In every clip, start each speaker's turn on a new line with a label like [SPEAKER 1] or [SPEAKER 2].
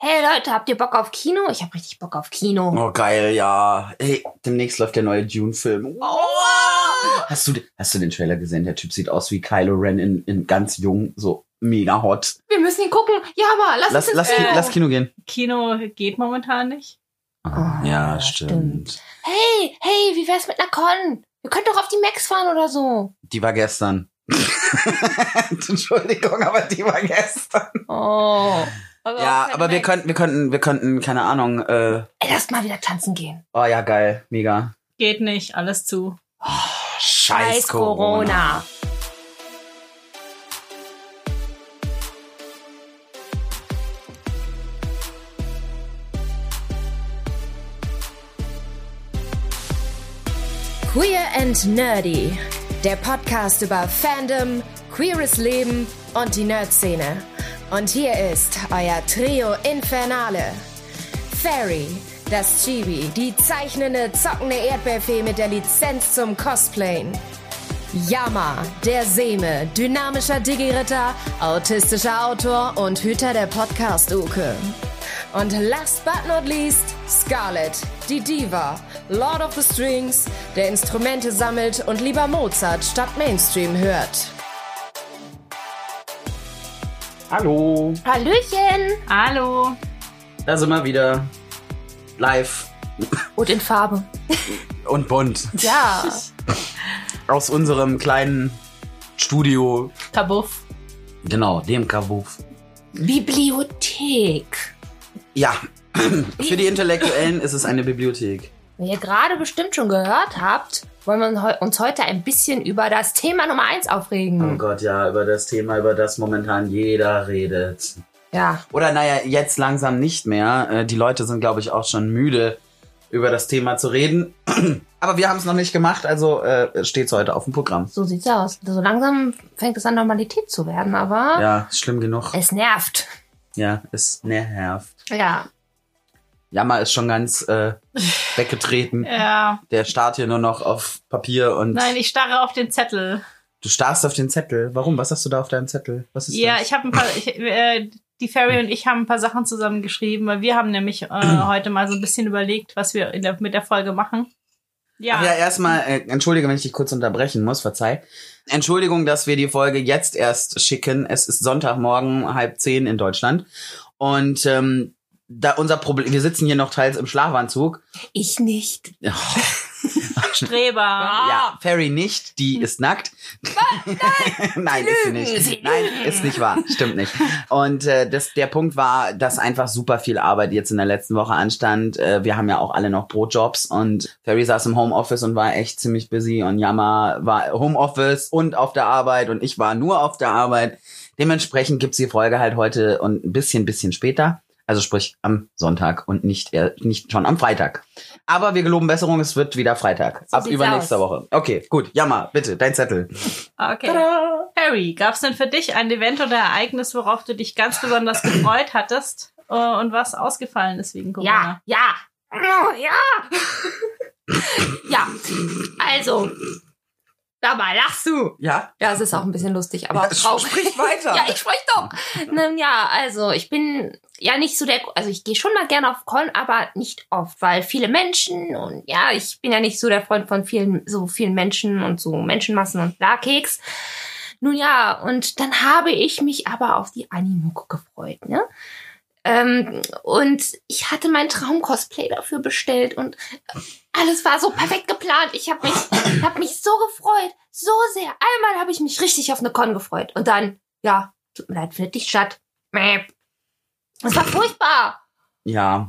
[SPEAKER 1] hey Leute, habt ihr Bock auf Kino? Ich habe richtig Bock auf Kino.
[SPEAKER 2] Oh, geil, ja. Ey, demnächst läuft der neue Dune-Film. Wow.
[SPEAKER 1] Oh.
[SPEAKER 2] Hast, du, hast du den Trailer gesehen? Der Typ sieht aus wie Kylo Ren in, in ganz jung, so mega hot.
[SPEAKER 1] Wir müssen ihn gucken. Ja, aber lass,
[SPEAKER 2] Lass,
[SPEAKER 1] uns äh,
[SPEAKER 2] lass,
[SPEAKER 1] ins Kino.
[SPEAKER 2] Ki- lass Kino gehen.
[SPEAKER 3] Kino geht momentan nicht.
[SPEAKER 1] Ah,
[SPEAKER 2] ja,
[SPEAKER 1] stimmt.
[SPEAKER 2] stimmt.
[SPEAKER 1] Hey, hey, wie wär's mit einer Con? Wir können doch auf die Max fahren oder so.
[SPEAKER 2] Die war gestern. Entschuldigung, aber die war gestern.
[SPEAKER 1] Oh.
[SPEAKER 2] Ja, aber wir könnten, wir könnten, wir könnten, keine Ahnung, äh,
[SPEAKER 1] Ey, lass mal wieder tanzen gehen.
[SPEAKER 2] oh ja, geil, mega.
[SPEAKER 3] Geht nicht, alles zu.
[SPEAKER 2] Scheiß, Corona.
[SPEAKER 4] Queer and Nerdy, der Podcast über Fandom, queeres Leben und die Nerd-Szene. Und hier ist euer Trio Infernale. Fairy, das Chibi, die zeichnende, zockende Erdbeerfee mit der Lizenz zum Cosplayen. Yama, der Seme, dynamischer Digi-Ritter, autistischer Autor und Hüter der Podcast-Uke. Und last but not least, Scarlett, die Diva, Lord of the Strings, der Instrumente sammelt und lieber Mozart statt Mainstream hört.
[SPEAKER 2] Hallo.
[SPEAKER 1] Hallöchen.
[SPEAKER 3] Hallo.
[SPEAKER 2] Da sind wir wieder. Live
[SPEAKER 1] Und in Farbe.
[SPEAKER 2] und bunt.
[SPEAKER 1] Ja.
[SPEAKER 2] Aus unserem kleinen Studio.
[SPEAKER 3] Kabuff.
[SPEAKER 2] Genau, dem Kabuff.
[SPEAKER 1] Bibliothek.
[SPEAKER 2] Ja. Für die Intellektuellen ist es eine Bibliothek.
[SPEAKER 1] Wie ihr gerade bestimmt schon gehört habt, wollen wir heu- uns heute ein bisschen über das Thema Nummer eins
[SPEAKER 2] Oh
[SPEAKER 1] aufregen.
[SPEAKER 2] Gott, ja, über das Thema, über das momentan jeder redet.
[SPEAKER 1] Ja.
[SPEAKER 2] Oder naja, jetzt langsam nicht mehr. Äh, Die Leute sind, glaube ich, auch schon müde, über das Thema zu reden. Aber wir haben es noch nicht gemacht, also äh, steht es heute auf dem Programm.
[SPEAKER 1] So sieht's aus. So langsam fängt es an, Normalität zu werden, aber
[SPEAKER 2] Ja, ist schlimm genug.
[SPEAKER 1] es nervt.
[SPEAKER 2] Ja, es nervt.
[SPEAKER 1] Ja.
[SPEAKER 2] Jammer ist schon ganz äh, weggetreten.
[SPEAKER 3] Ja.
[SPEAKER 2] Der starrt hier nur noch auf Papier und
[SPEAKER 3] Nein, ich starre auf den Zettel.
[SPEAKER 2] du starrst auf den Zettel. Warum? Was hast du da auf deinem Zettel? Was ist
[SPEAKER 3] Ja,
[SPEAKER 2] das?
[SPEAKER 3] ich habe ein paar. Ich, äh, die Fairy und ich haben ein paar Sachen zusammengeschrieben, weil wir haben nämlich äh,
[SPEAKER 2] Hm.
[SPEAKER 3] heute mal so ein bisschen überlegt, was wir in der, mit der Folge machen. Ja.
[SPEAKER 2] Ach ja, erstmal, äh, entschuldige, wenn ich dich kurz unterbrechen muss, verzeih. Entschuldigung, dass wir die Folge jetzt erst schicken. Es ist Sonntagmorgen, halb zehn in Deutschland. Und ähm, da unser Problem, wir sitzen hier noch teils im Schlafanzug.
[SPEAKER 1] Ich nicht.
[SPEAKER 3] Streber.
[SPEAKER 2] Ja, Ferry nicht, die ist nackt. Ah. Hm. Nein, ist sie nicht. Nein, ist nicht wahr. Stimmt nicht. Und äh, das, der Punkt war, dass einfach super viel Arbeit jetzt in der letzten Woche anstand. Äh, wir haben ja auch alle noch Brotjobs und Ferry saß im Homeoffice und war echt ziemlich busy und Yama war Homeoffice und auf der Arbeit und ich war nur auf der Arbeit. Dementsprechend gibt's die Folge halt heute und ein bisschen, bisschen später. Also sprich am Sonntag und nicht, eher, nicht schon am Freitag. Aber wir geloben Besserung, es wird wieder Freitag.
[SPEAKER 1] So
[SPEAKER 2] Ab
[SPEAKER 1] sieht's
[SPEAKER 2] übernächster
[SPEAKER 1] aus.
[SPEAKER 2] Woche. Okay, gut. Jammer, bitte, dein Zettel.
[SPEAKER 3] Okay. Harry, gab es denn für dich ein Event oder Ereignis, worauf du dich ganz besonders gefreut hattest äh, und was ausgefallen ist wegen Corona?
[SPEAKER 1] Ja, ja. Oh, ja. ja. Also. Dabei lachst du.
[SPEAKER 2] Ja?
[SPEAKER 1] Ja, es ist auch ein bisschen lustig, aber
[SPEAKER 2] Ja,
[SPEAKER 1] traurig.
[SPEAKER 2] sprich weiter.
[SPEAKER 1] ja, ich sprich doch. Ähm, ja, also ich bin ja nicht so der, also ich gehe schon mal gerne auf Con, aber nicht oft, weil viele Menschen und ja, ich bin ja nicht so der Freund von vielen, so vielen Menschen und so Menschenmassen und Bla-Keks. Nun ja, und dann habe ich mich aber auf die Animoku gefreut, ne? Ähm, und ich hatte mein Traum-Cosplay dafür bestellt und alles war so perfekt geplant. Ich habe mich, hab mich so gefreut, so sehr. Einmal habe ich mich richtig auf eine Con gefreut. Und dann, ja, tut mir leid, findet nicht statt. Mäh. Das war furchtbar.
[SPEAKER 2] Ja.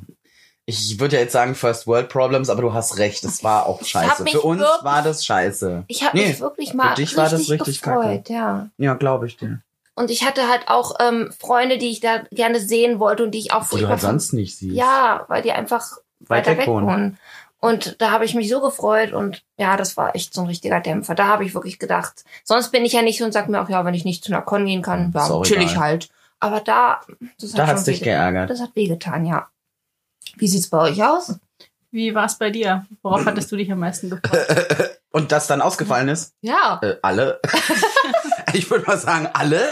[SPEAKER 2] Ich würde ja jetzt sagen First World Problems, aber du hast recht, es war auch
[SPEAKER 1] hab
[SPEAKER 2] scheiße.
[SPEAKER 1] mich
[SPEAKER 2] Für uns
[SPEAKER 1] wirklich-
[SPEAKER 2] war das scheiße.
[SPEAKER 1] Ich habe
[SPEAKER 2] Nee,
[SPEAKER 1] mich wirklich mal
[SPEAKER 2] für dich
[SPEAKER 1] richtig,
[SPEAKER 2] war das richtig
[SPEAKER 1] gefreut, ja.
[SPEAKER 2] Ja, glaube ich dir.
[SPEAKER 1] Und ich hatte halt auch ähm, Freunde, die ich da gerne sehen wollte und die ich auch
[SPEAKER 2] Wo du halt
[SPEAKER 1] fand.
[SPEAKER 2] sonst nicht siehst.
[SPEAKER 1] Ja, weil die einfach
[SPEAKER 2] Weit
[SPEAKER 1] weiter
[SPEAKER 2] weg
[SPEAKER 1] weg
[SPEAKER 2] wohnen.
[SPEAKER 1] wohnen. Und da habe ich mich so gefreut und ja, das war echt so ein richtiger Dämpfer. Da habe ich wirklich gedacht. Sonst bin ich ja nicht so und sag mir auch, ja, wenn ich nicht zu einer Con gehen kann,
[SPEAKER 2] Ist
[SPEAKER 1] ja,
[SPEAKER 2] auch
[SPEAKER 1] chill ich
[SPEAKER 2] egal.
[SPEAKER 1] halt. Aber da, das hat
[SPEAKER 2] Da
[SPEAKER 1] schon
[SPEAKER 2] hat's dich
[SPEAKER 1] wehge-
[SPEAKER 2] geärgert.
[SPEAKER 1] Das hat wehgetan, ja. Wie sieht's bei euch aus?
[SPEAKER 3] Wie war es bei dir? Worauf hattest du dich am meisten gefreut?
[SPEAKER 2] Und das dann ausgefallen ist?
[SPEAKER 1] Ja.
[SPEAKER 2] Äh, alle. ich würde mal sagen, alle.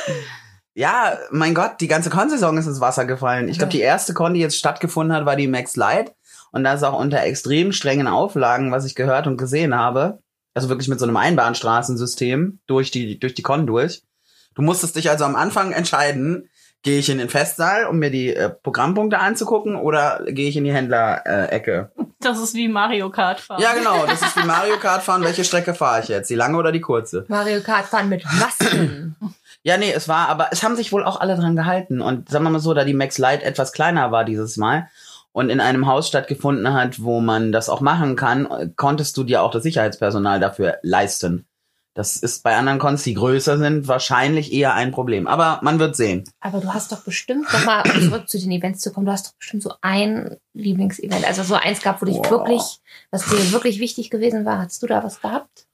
[SPEAKER 2] Ja, mein Gott, die ganze Con-Saison ist ins Wasser gefallen. Ich glaube, die erste Con, die jetzt stattgefunden hat, war die Max Light. Und das auch unter extrem strengen Auflagen, was ich gehört und gesehen habe. Also wirklich mit so einem Einbahnstraßensystem durch die, durch die Con durch. Du musstest dich also am Anfang entscheiden, gehe ich in den Festsaal, um mir die äh, Programmpunkte anzugucken, oder gehe ich in die äh, Händler-Ecke?
[SPEAKER 3] Das ist wie Mario Kart fahren.
[SPEAKER 2] Ja, genau. Das ist wie Mario Kart fahren. Welche Strecke fahre ich jetzt? Die lange oder die kurze?
[SPEAKER 1] Mario Kart fahren mit Masken.
[SPEAKER 2] Ja, nee, es war, aber es haben sich wohl auch alle dran gehalten. Und sagen wir mal so, da die Max Light etwas kleiner war dieses Mal und in einem Haus stattgefunden hat, wo man das auch machen kann, äh, konntest du dir auch das Sicherheitspersonal dafür leisten. Das ist bei anderen Cons, die größer sind, wahrscheinlich eher ein Problem. Aber man wird sehen.
[SPEAKER 1] Aber du hast doch bestimmt, nochmal um zurück zu den Events zu kommen, du hast doch bestimmt so ein Lieblingsevent. Also so eins gab, wo dich
[SPEAKER 2] Boah.
[SPEAKER 1] wirklich, was dir wirklich wichtig gewesen war. Hast du da was gehabt?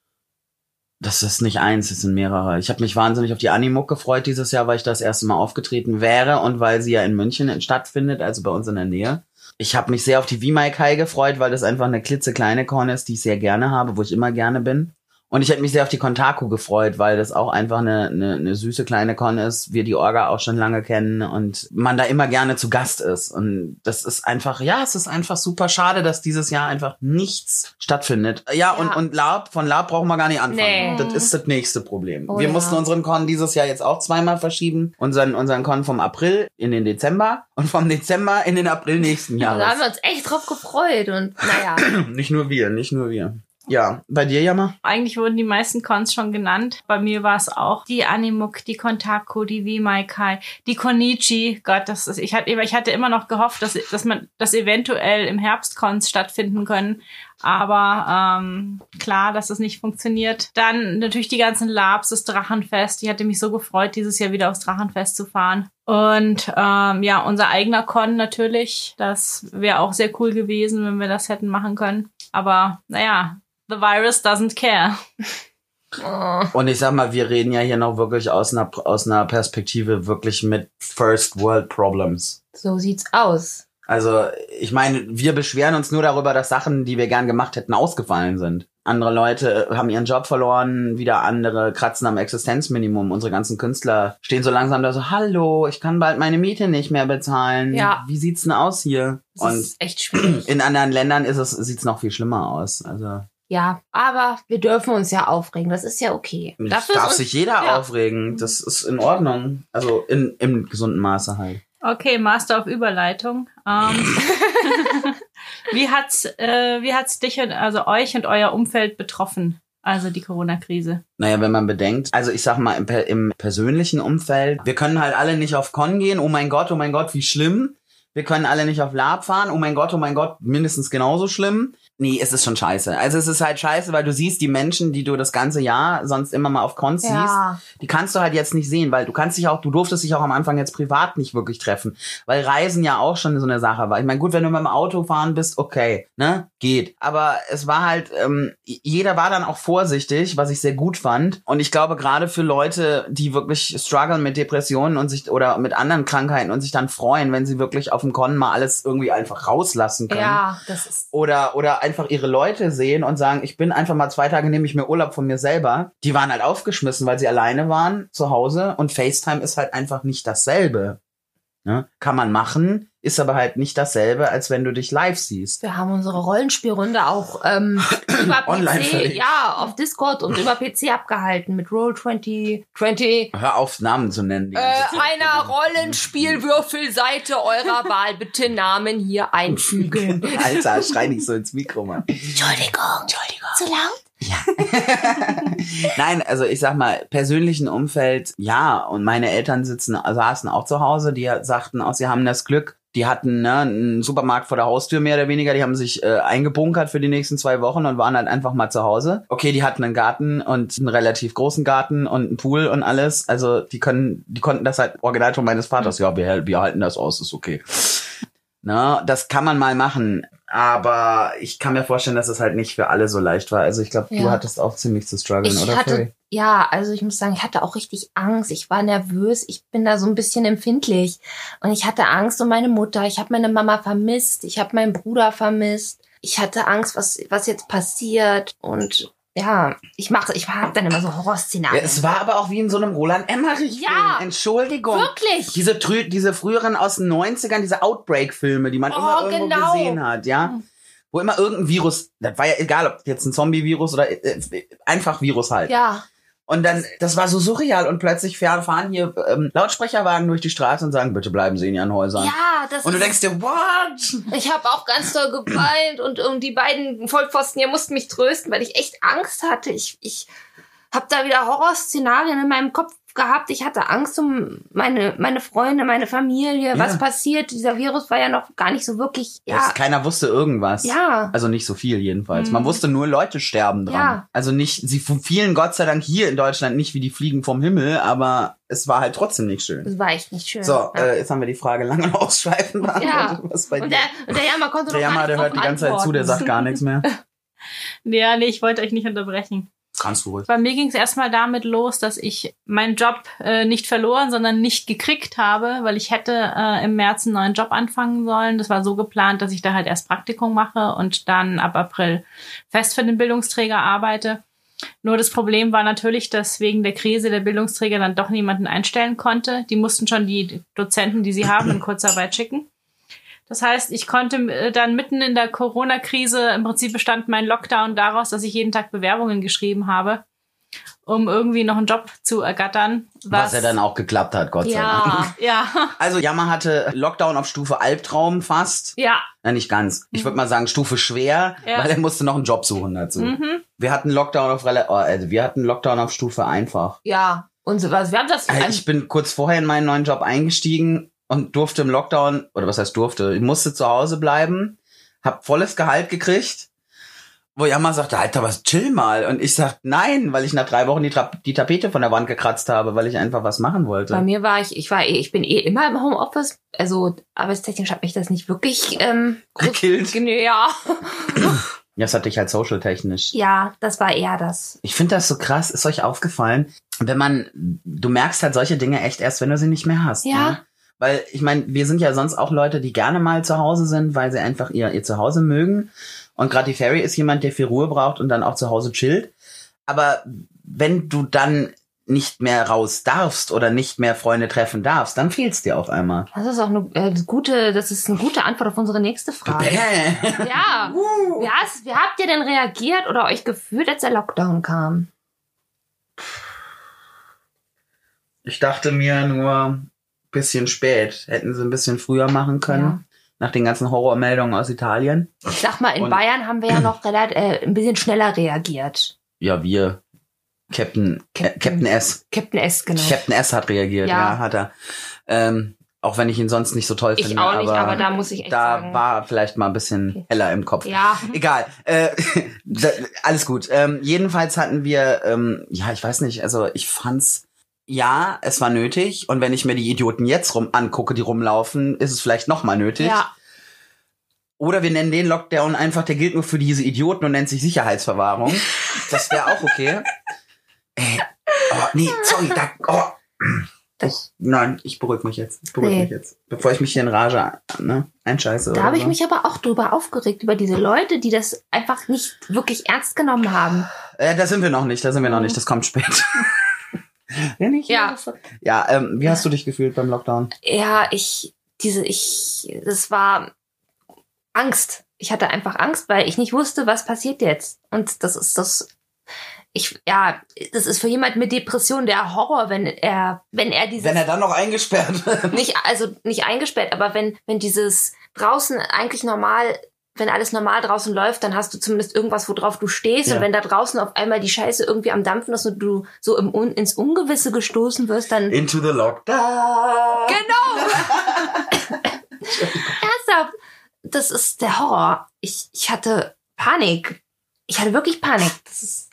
[SPEAKER 2] Das ist nicht eins, es sind mehrere. Ich habe mich wahnsinnig auf die Animuk gefreut dieses Jahr, weil ich da das erste Mal aufgetreten wäre und weil sie ja in München stattfindet, also bei uns in der Nähe. Ich habe mich sehr auf die Vimaikai gefreut, weil das einfach eine klitzekleine Con ist, die ich sehr gerne habe, wo ich immer gerne bin. Und ich hätte mich sehr auf die Kontaku gefreut, weil das auch einfach eine, eine, eine süße kleine Con ist. Wir die Orga auch schon lange kennen und man da immer gerne zu Gast ist. Und das ist einfach, ja, es ist einfach super schade, dass dieses Jahr einfach nichts stattfindet. Ja, und,
[SPEAKER 1] Ja.
[SPEAKER 2] und Lab, von Lab brauchen wir gar nicht
[SPEAKER 1] Nee.
[SPEAKER 2] anfangen. Das ist das nächste Problem.
[SPEAKER 1] Oh
[SPEAKER 2] wir
[SPEAKER 1] ja.
[SPEAKER 2] mussten unseren Con dieses Jahr jetzt auch zweimal verschieben. Unseren, unseren Con vom April in den Dezember und vom Dezember in den April nächsten
[SPEAKER 1] Also da haben
[SPEAKER 2] Jahres.
[SPEAKER 1] wir uns echt drauf gefreut und naja.
[SPEAKER 2] Nicht nur wir, nicht nur wir. Ja, bei dir, Jammer?
[SPEAKER 3] Eigentlich wurden die meisten Cons schon genannt. Bei mir war es auch die Animuk, die Kontaku, die Wimaikai, die Konichi. Gott, das ist, ich hatte, ich hatte immer noch gehofft, dass, dass man, dass eventuell im Herbst Cons stattfinden können. Aber ähm, klar, dass es nicht funktioniert. Dann natürlich die ganzen Labs, das Drachenfest. Ich hatte mich so gefreut, dieses Jahr wieder aufs Drachenfest zu fahren. Und ähm, ja, unser eigener Con natürlich. Das wäre auch sehr cool gewesen, wenn wir das hätten machen können. Aber naja, The virus doesn't care.
[SPEAKER 1] Oh.
[SPEAKER 2] Und ich sag mal, wir reden ja hier noch wirklich aus einer, aus einer Perspektive wirklich mit First World Problems.
[SPEAKER 1] So sieht's aus.
[SPEAKER 2] Also, ich meine, wir beschweren uns nur darüber, dass Sachen, die wir gern gemacht hätten, ausgefallen sind. Andere Leute äh, haben ihren Job verloren, wieder andere kratzen am Existenzminimum. Unsere ganzen Künstler stehen so langsam da so, hallo, ich kann bald meine Miete nicht mehr bezahlen.
[SPEAKER 1] Ja.
[SPEAKER 2] Wie sieht's denn aus hier?
[SPEAKER 1] Das
[SPEAKER 2] Und
[SPEAKER 1] ist echt schwierig.
[SPEAKER 2] in anderen Ländern ist es, sieht's noch viel schlimmer aus. Also,
[SPEAKER 1] Ja, aber wir dürfen uns ja aufregen. Das ist ja okay.
[SPEAKER 2] das
[SPEAKER 1] ist
[SPEAKER 2] darf
[SPEAKER 1] uns-
[SPEAKER 2] sich jeder
[SPEAKER 1] ja.
[SPEAKER 2] aufregen. Das ist in Ordnung. Also, in, im gesunden Maße halt.
[SPEAKER 3] Okay, Master auf Überleitung. Ähm, wie hat's, äh, wie hat's dich und also euch und euer Umfeld betroffen? Also die Corona-Krise.
[SPEAKER 2] Naja, wenn man bedenkt, also ich sag mal, im, per- im persönlichen Umfeld, wir können halt alle nicht auf Con gehen, oh mein Gott, oh mein Gott, wie schlimm. Wir können alle nicht auf Lab fahren, oh mein Gott, oh mein Gott, mindestens genauso schlimm. Nee, es ist schon scheiße. Also es ist halt scheiße, weil du siehst die Menschen, die du das ganze Jahr sonst immer mal auf Cons siehst,
[SPEAKER 1] Ja.
[SPEAKER 2] die kannst du halt jetzt nicht sehen, weil du kannst dich auch, du durftest dich auch am Anfang jetzt privat nicht wirklich treffen, weil Reisen ja auch schon so eine Sache war. Ich meine, gut, wenn du mit dem Auto fahren bist, okay, ne, geht. Aber es war halt, ähm, jeder war dann auch vorsichtig, was ich sehr gut fand. Und ich glaube, gerade für Leute, die wirklich strugglen mit Depressionen und sich oder mit anderen Krankheiten und sich dann freuen, wenn sie wirklich auf dem Con mal alles irgendwie einfach rauslassen können
[SPEAKER 1] Ja, das ist.
[SPEAKER 2] oder, oder einfach ihre Leute sehen und sagen, ich bin einfach mal zwei Tage, nehme ich mir Urlaub von mir selber. Die waren halt aufgeschmissen, weil sie alleine waren zu Hause und FaceTime ist halt einfach nicht dasselbe. Ne? Kann man machen, ist aber halt nicht dasselbe, als wenn du dich live siehst.
[SPEAKER 1] Wir haben unsere Rollenspielrunde auch ähm, über PC,
[SPEAKER 2] Online verlegt.
[SPEAKER 1] ja, auf Discord und über PC abgehalten mit Roll 20, 20.
[SPEAKER 2] Hör auf, Namen zu nennen. die
[SPEAKER 1] Äh,
[SPEAKER 2] ganze Zeit.
[SPEAKER 1] einer Rollenspielwürfelseite eurer Wahl bitte Namen hier einfügen.
[SPEAKER 2] Alter, schrei nicht so ins Mikro, Mann.
[SPEAKER 1] Entschuldigung, Entschuldigung. Zu laut?
[SPEAKER 2] Nein, also ich sag mal, persönlichen Umfeld, ja, und meine Eltern sitzen, saßen auch zu Hause, die sagten auch, sie haben das Glück, die hatten ne, einen Supermarkt vor der Haustür mehr oder weniger, die haben sich äh, eingebunkert für die nächsten zwei Wochen und waren halt einfach mal zu Hause. Okay, die hatten einen Garten und einen relativ großen Garten und einen Pool und alles. Also die können, die konnten das halt Originalton meines Vaters, ja, wir, wir halten das aus, ist okay. Na, das kann man mal machen. Aber ich kann mir vorstellen, dass es halt nicht für alle so leicht war. Also ich glaube, du
[SPEAKER 1] Ja.
[SPEAKER 2] hattest auch ziemlich zu strugglen,
[SPEAKER 1] Ich
[SPEAKER 2] oder? Ferry?
[SPEAKER 1] hatte, ja, also ich muss sagen, ich hatte auch richtig Angst. Ich war nervös. Ich bin da so ein bisschen empfindlich. Und ich hatte Angst um meine Mutter. Ich habe meine Mama vermisst. Ich habe meinen Bruder vermisst. Ich hatte Angst, was, was jetzt passiert. Und ja, ich mache, ich hab dann immer so
[SPEAKER 2] Ja,
[SPEAKER 1] Horrorszenarien.
[SPEAKER 2] es war aber auch wie in so einem Roland Emmerich-Film.
[SPEAKER 1] Ja.
[SPEAKER 2] Entschuldigung.
[SPEAKER 1] Wirklich?
[SPEAKER 2] Diese, trü- diese früheren aus den 90ern, diese Outbreak-Filme, die man
[SPEAKER 1] Oh,
[SPEAKER 2] immer irgendwo
[SPEAKER 1] genau.
[SPEAKER 2] gesehen hat, ja. Wo immer irgendein Virus, das war ja egal, ob jetzt ein Zombie-Virus oder äh, äh, einfach Virus halt.
[SPEAKER 1] ja.
[SPEAKER 2] Und dann, das war so surreal und plötzlich fahr- fahren hier ähm, Lautsprecherwagen durch die Straße und sagen, bitte bleiben Sie in Ihren Häusern.
[SPEAKER 1] Ja, das
[SPEAKER 2] Und du
[SPEAKER 1] ist-
[SPEAKER 2] denkst dir, what?
[SPEAKER 1] Ich habe auch ganz doll geweint und ähm, die beiden Vollpfosten, ihr mussten mich trösten, weil ich echt Angst hatte. Ich, ich habe da wieder Horrorszenarien in meinem Kopf gehabt. Ich hatte Angst um meine, meine Freunde, meine Familie.
[SPEAKER 2] Ja.
[SPEAKER 1] Was passiert? Dieser Virus war ja noch gar nicht so wirklich.
[SPEAKER 2] Das,
[SPEAKER 1] Ja,
[SPEAKER 2] keiner wusste irgendwas.
[SPEAKER 1] ja,
[SPEAKER 2] Also nicht so viel jedenfalls.
[SPEAKER 3] Mhm.
[SPEAKER 2] Man wusste nur, Leute sterben dran.
[SPEAKER 1] Ja.
[SPEAKER 2] Also nicht, sie fielen Gott sei Dank hier in Deutschland nicht wie die Fliegen vom Himmel, aber es war halt trotzdem nicht schön.
[SPEAKER 1] das war echt nicht schön.
[SPEAKER 2] So,
[SPEAKER 1] ja.
[SPEAKER 2] äh, jetzt haben wir die Frage lang und ausschweifend beantwortet. Also, Was bei
[SPEAKER 1] und,
[SPEAKER 2] dir?
[SPEAKER 1] der, und der Jammer konnte
[SPEAKER 2] Der
[SPEAKER 1] noch
[SPEAKER 2] Jammer,
[SPEAKER 1] gar
[SPEAKER 2] der
[SPEAKER 1] nicht
[SPEAKER 2] hört die
[SPEAKER 1] drauf
[SPEAKER 2] ganze Zeit zu, der sagt
[SPEAKER 1] antworten.
[SPEAKER 2] gar nichts mehr.
[SPEAKER 3] Ja, nee, ich wollte euch nicht unterbrechen.
[SPEAKER 2] Kannst du ruhig.
[SPEAKER 3] Bei mir ging es erstmal damit los, dass ich meinen Job äh, nicht verloren, sondern nicht gekriegt habe, weil ich hätte äh, im März einen neuen Job anfangen sollen. Das war so geplant, dass ich da halt erst Praktikum mache und dann ab April fest für den Bildungsträger arbeite. Nur das Problem war natürlich, dass wegen der Krise der Bildungsträger dann doch niemanden einstellen konnte. Die mussten schon die Dozenten, die sie haben, in Kurzarbeit schicken. Das heißt, ich konnte äh, dann mitten in der Corona-Krise, im Prinzip bestand mein Lockdown daraus, dass ich jeden Tag Bewerbungen geschrieben habe, um irgendwie noch einen Job zu ergattern.
[SPEAKER 2] Was, ja dann auch geklappt hat, Gott sei Dank.
[SPEAKER 1] Ja,
[SPEAKER 3] Ja,
[SPEAKER 2] Also Jammer hatte Lockdown auf Stufe Albtraum fast.
[SPEAKER 3] ja.
[SPEAKER 2] Na, nicht ganz.
[SPEAKER 1] Mhm.
[SPEAKER 2] Ich würde mal sagen, Stufe schwer,
[SPEAKER 3] Ja.
[SPEAKER 2] weil er musste noch einen Job suchen dazu.
[SPEAKER 3] Mhm.
[SPEAKER 2] Wir hatten Lockdown auf rela- oh, also wir hatten Lockdown auf Stufe einfach.
[SPEAKER 1] ja. Und so was. Wir haben das.
[SPEAKER 2] Ey, Äh, Ich bin kurz vorher in meinen neuen Job eingestiegen und durfte im Lockdown, oder was heißt durfte, ich musste zu Hause bleiben, hab volles Gehalt gekriegt, wo Jammer sagte, Alter, was chill mal. Und ich sagte, nein, weil ich nach drei Wochen die, Tra die Tapete von der Wand gekratzt habe, weil ich einfach was machen
[SPEAKER 1] Bei
[SPEAKER 2] wollte.
[SPEAKER 1] mir war ich, ich war eh, ich bin eh immer im Homeoffice. Also arbeitstechnisch hat mich das nicht wirklich ähm, groß-
[SPEAKER 2] Gekillt.
[SPEAKER 1] Gen- Ja.
[SPEAKER 2] Ja, Das hatte ich halt social-technisch.
[SPEAKER 1] ja, das war eher das.
[SPEAKER 2] Ich finde das so krass, ist euch aufgefallen, wenn man, du merkst halt solche Dinge echt erst, wenn du sie nicht mehr hast.
[SPEAKER 1] Ja.
[SPEAKER 2] Ne? Weil ich meine, wir sind ja sonst auch Leute, die gerne mal zu Hause sind, weil sie einfach ihr, ihr Zuhause mögen. Und gerade die Fairy ist jemand, der viel Ruhe braucht und dann auch zu Hause chillt. Aber wenn du dann nicht mehr raus darfst oder nicht mehr Freunde treffen darfst, dann fehlt's dir auf einmal.
[SPEAKER 1] Das ist auch eine äh, gute, das ist eine gute Antwort auf unsere nächste Frage.
[SPEAKER 2] Bäh. Uh.
[SPEAKER 1] Ja. Wie, hast, wie habt ihr denn reagiert oder euch gefühlt, als der Lockdown kam?
[SPEAKER 2] Ich dachte mir nur, bisschen spät. Hätten sie ein bisschen früher machen können.
[SPEAKER 1] Ja.
[SPEAKER 2] Nach den ganzen Horrormeldungen aus Italien.
[SPEAKER 1] Ich sag mal, in
[SPEAKER 2] Und-
[SPEAKER 1] Bayern haben wir ja noch relativ äh, ein bisschen schneller reagiert.
[SPEAKER 2] ja, wir. Captain, Ca- Captain S.
[SPEAKER 1] Captain S, Mhm. genau.
[SPEAKER 2] Captain S hat reagiert, ja,
[SPEAKER 1] Ja.
[SPEAKER 2] hat er. Ähm, auch wenn ich ihn sonst nicht so toll
[SPEAKER 1] ich
[SPEAKER 2] finde.
[SPEAKER 1] auch nicht, aber,
[SPEAKER 2] aber
[SPEAKER 1] da muss ich echt
[SPEAKER 2] da
[SPEAKER 1] sagen.
[SPEAKER 2] war er vielleicht mal ein bisschen heller im Kopf.
[SPEAKER 1] ja,
[SPEAKER 2] Egal, äh, da, alles gut. Ähm, jedenfalls hatten wir, ähm, ja, ich weiß nicht, also ich fand's, ja, es war nötig. Und wenn ich mir die Idioten jetzt rum angucke, die rumlaufen, ist es vielleicht nochmal nötig.
[SPEAKER 1] ja,
[SPEAKER 2] Oder wir nennen den Lockdown einfach, der gilt nur für diese Idioten und nennt sich Sicherheitsverwahrung. Das wäre auch okay. Ey, oh, nee, sorry, da, oh. Ich, nein, ich beruhige mich jetzt. Ich beruhige
[SPEAKER 1] Nee.
[SPEAKER 2] mich jetzt. Bevor ich mich hier in Rage ne,
[SPEAKER 1] da
[SPEAKER 2] einscheiße. oder
[SPEAKER 1] habe ich
[SPEAKER 2] so.
[SPEAKER 1] mich aber auch drüber aufgeregt, über diese Leute, die das einfach nicht wirklich ernst genommen haben.
[SPEAKER 2] Äh, da sind wir noch nicht, da sind wir
[SPEAKER 1] Mhm.
[SPEAKER 2] noch nicht, das kommt spät. Wenn ich
[SPEAKER 1] Ja.
[SPEAKER 2] ja ähm, wie hast du dich gefühlt beim Lockdown?
[SPEAKER 1] ja, ich, diese, ich, das war Angst. Ich hatte einfach Angst, weil ich nicht wusste, was passiert jetzt. Und das ist das, ich, ja, das ist für jemand mit Depression der Horror, wenn er, wenn er dieses,
[SPEAKER 2] Wenn er dann noch eingesperrt wird.
[SPEAKER 1] nicht, also nicht eingesperrt, aber wenn, wenn dieses draußen eigentlich normal, wenn alles normal draußen läuft, dann hast du zumindest irgendwas, worauf du stehst.
[SPEAKER 2] Ja.
[SPEAKER 1] Und wenn da draußen auf einmal die Scheiße irgendwie am Dampfen ist und du so im, Un- ins Ungewisse gestoßen wirst, dann
[SPEAKER 2] Into the Lockdown.
[SPEAKER 1] Genau. Ernsthaft. Das ist der Horror. Ich, ich hatte Panik. Ich hatte wirklich Panik. Das ist,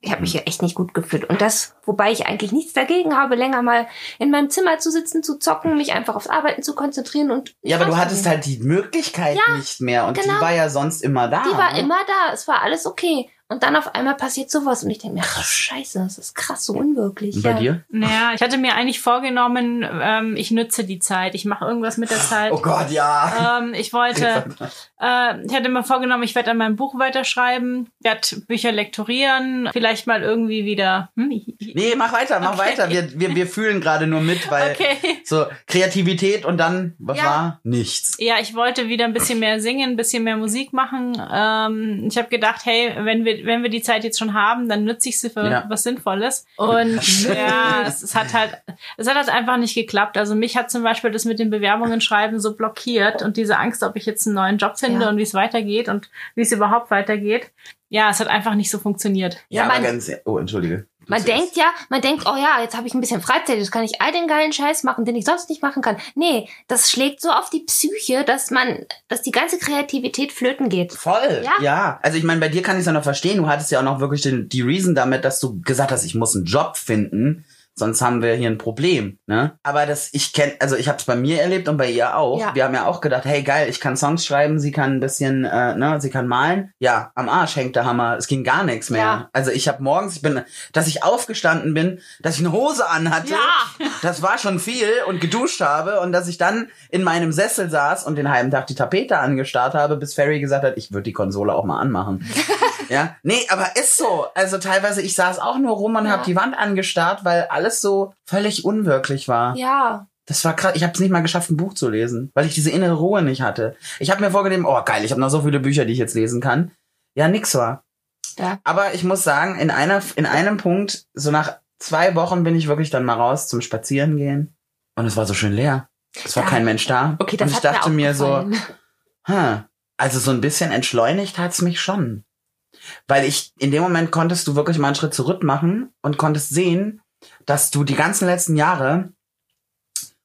[SPEAKER 1] ich habe mich hier echt nicht gut gefühlt. Und das, wobei ich eigentlich nichts dagegen habe, länger mal in meinem Zimmer zu sitzen, zu zocken, mich einfach aufs Arbeiten zu konzentrieren und.
[SPEAKER 2] Ja, aber du hattest halt die Möglichkeit nicht mehr und
[SPEAKER 1] genau.
[SPEAKER 2] die war ja sonst immer da.
[SPEAKER 1] Die war
[SPEAKER 2] ne?
[SPEAKER 1] immer da. Es war alles okay. Und dann auf einmal passiert sowas und ich denke mir, ach, scheiße, das ist krass, so unwirklich.
[SPEAKER 2] Und bei
[SPEAKER 1] ja.
[SPEAKER 2] dir?
[SPEAKER 3] Naja, ich hatte mir eigentlich vorgenommen, ähm, ich nütze die Zeit, ich mache irgendwas mit der Zeit.
[SPEAKER 2] Oh Gott,
[SPEAKER 1] Äh,
[SPEAKER 2] ja.
[SPEAKER 3] Ähm, ich wollte, äh, ich hatte mir vorgenommen, ich werde an meinem Buch weiterschreiben, werde Bücher lektorieren, vielleicht mal irgendwie wieder. Hm,
[SPEAKER 2] Nee, mach weiter, mach weiter. Wir, wir, wir fühlen gerade nur mit, weil
[SPEAKER 3] Okay.
[SPEAKER 2] so Kreativität und dann, was
[SPEAKER 1] Ja.
[SPEAKER 2] war? Nichts.
[SPEAKER 3] Ja, ich wollte wieder ein bisschen mehr singen, ein bisschen mehr Musik machen. Ähm, ich habe gedacht, hey, wenn wir, wenn wir die Zeit jetzt schon haben, dann nütze ich sie für
[SPEAKER 2] Ja.
[SPEAKER 3] was Sinnvolles. Und ja, es, es hat halt, es hat halt einfach nicht geklappt. Also mich hat zum Beispiel das mit den Bewerbungen schreiben so blockiert und diese Angst, ob ich jetzt einen neuen Job finde
[SPEAKER 1] Ja.
[SPEAKER 3] und wie es weitergeht und wie es überhaupt weitergeht. Ja, es hat einfach nicht so funktioniert.
[SPEAKER 2] Ja,
[SPEAKER 1] Ja,
[SPEAKER 2] aber
[SPEAKER 1] man-
[SPEAKER 2] ganz. Oh, entschuldige. Du
[SPEAKER 1] Man
[SPEAKER 2] zuerst.
[SPEAKER 1] denkt ja, man denkt, oh ja, jetzt habe ich ein bisschen Freizeit, jetzt kann ich all den geilen Scheiß machen, den ich sonst nicht machen kann. Nee, das schlägt so auf die Psyche, dass man, dass die ganze Kreativität flöten geht.
[SPEAKER 2] Voll, ja.
[SPEAKER 1] Ja.
[SPEAKER 2] Also ich meine, bei dir kann ich es ja noch verstehen. Du hattest ja auch noch wirklich den, die Reason damit, dass du gesagt hast, ich muss einen Job finden, sonst haben wir hier ein Problem. Ne? Aber das, ich kenne, also ich habe es bei mir erlebt und bei ihr auch.
[SPEAKER 1] Ja.
[SPEAKER 2] Wir haben ja auch gedacht, hey geil, ich kann Songs schreiben, sie kann ein bisschen, äh, ne, sie kann malen. Ja, am Arsch hängt der Hammer. Es ging gar nichts mehr.
[SPEAKER 1] Ja.
[SPEAKER 2] Also ich habe morgens, ich bin, dass ich aufgestanden bin, dass ich eine Hose anhatte.
[SPEAKER 1] Ja.
[SPEAKER 2] Das war schon viel und geduscht habe und dass ich dann in meinem Sessel saß und den halben Tag die Tapete angestarrt habe, bis Ferry gesagt hat, ich würde die Konsole auch mal anmachen. ja, nee, aber ist so. Also teilweise, ich saß auch nur rum und
[SPEAKER 1] Ja.
[SPEAKER 2] habe die Wand angestarrt, weil alles so völlig unwirklich war.
[SPEAKER 1] Ja,
[SPEAKER 2] Das war krass. Ich habe es nicht mal geschafft, ein Buch zu lesen, weil ich diese innere Ruhe nicht hatte. Ich habe mir vorgenommen, oh geil, ich habe noch so viele Bücher, die ich jetzt lesen kann. Ja, nix war.
[SPEAKER 1] Ja.
[SPEAKER 2] Aber ich muss sagen, in einer, in einem Punkt, so nach zwei Wochen bin ich wirklich dann mal raus zum Spazieren gehen. Und es war so schön leer. Es war
[SPEAKER 1] Ja.
[SPEAKER 2] kein Mensch da.
[SPEAKER 1] okay, das
[SPEAKER 2] Und ich
[SPEAKER 1] hat
[SPEAKER 2] dachte mir, so,
[SPEAKER 1] gefallen.
[SPEAKER 2] hm, also so ein bisschen entschleunigt hat's mich schon. Weil ich, in dem Moment konntest du wirklich mal einen Schritt zurück machen und konntest sehen, dass du die ganzen letzten Jahre,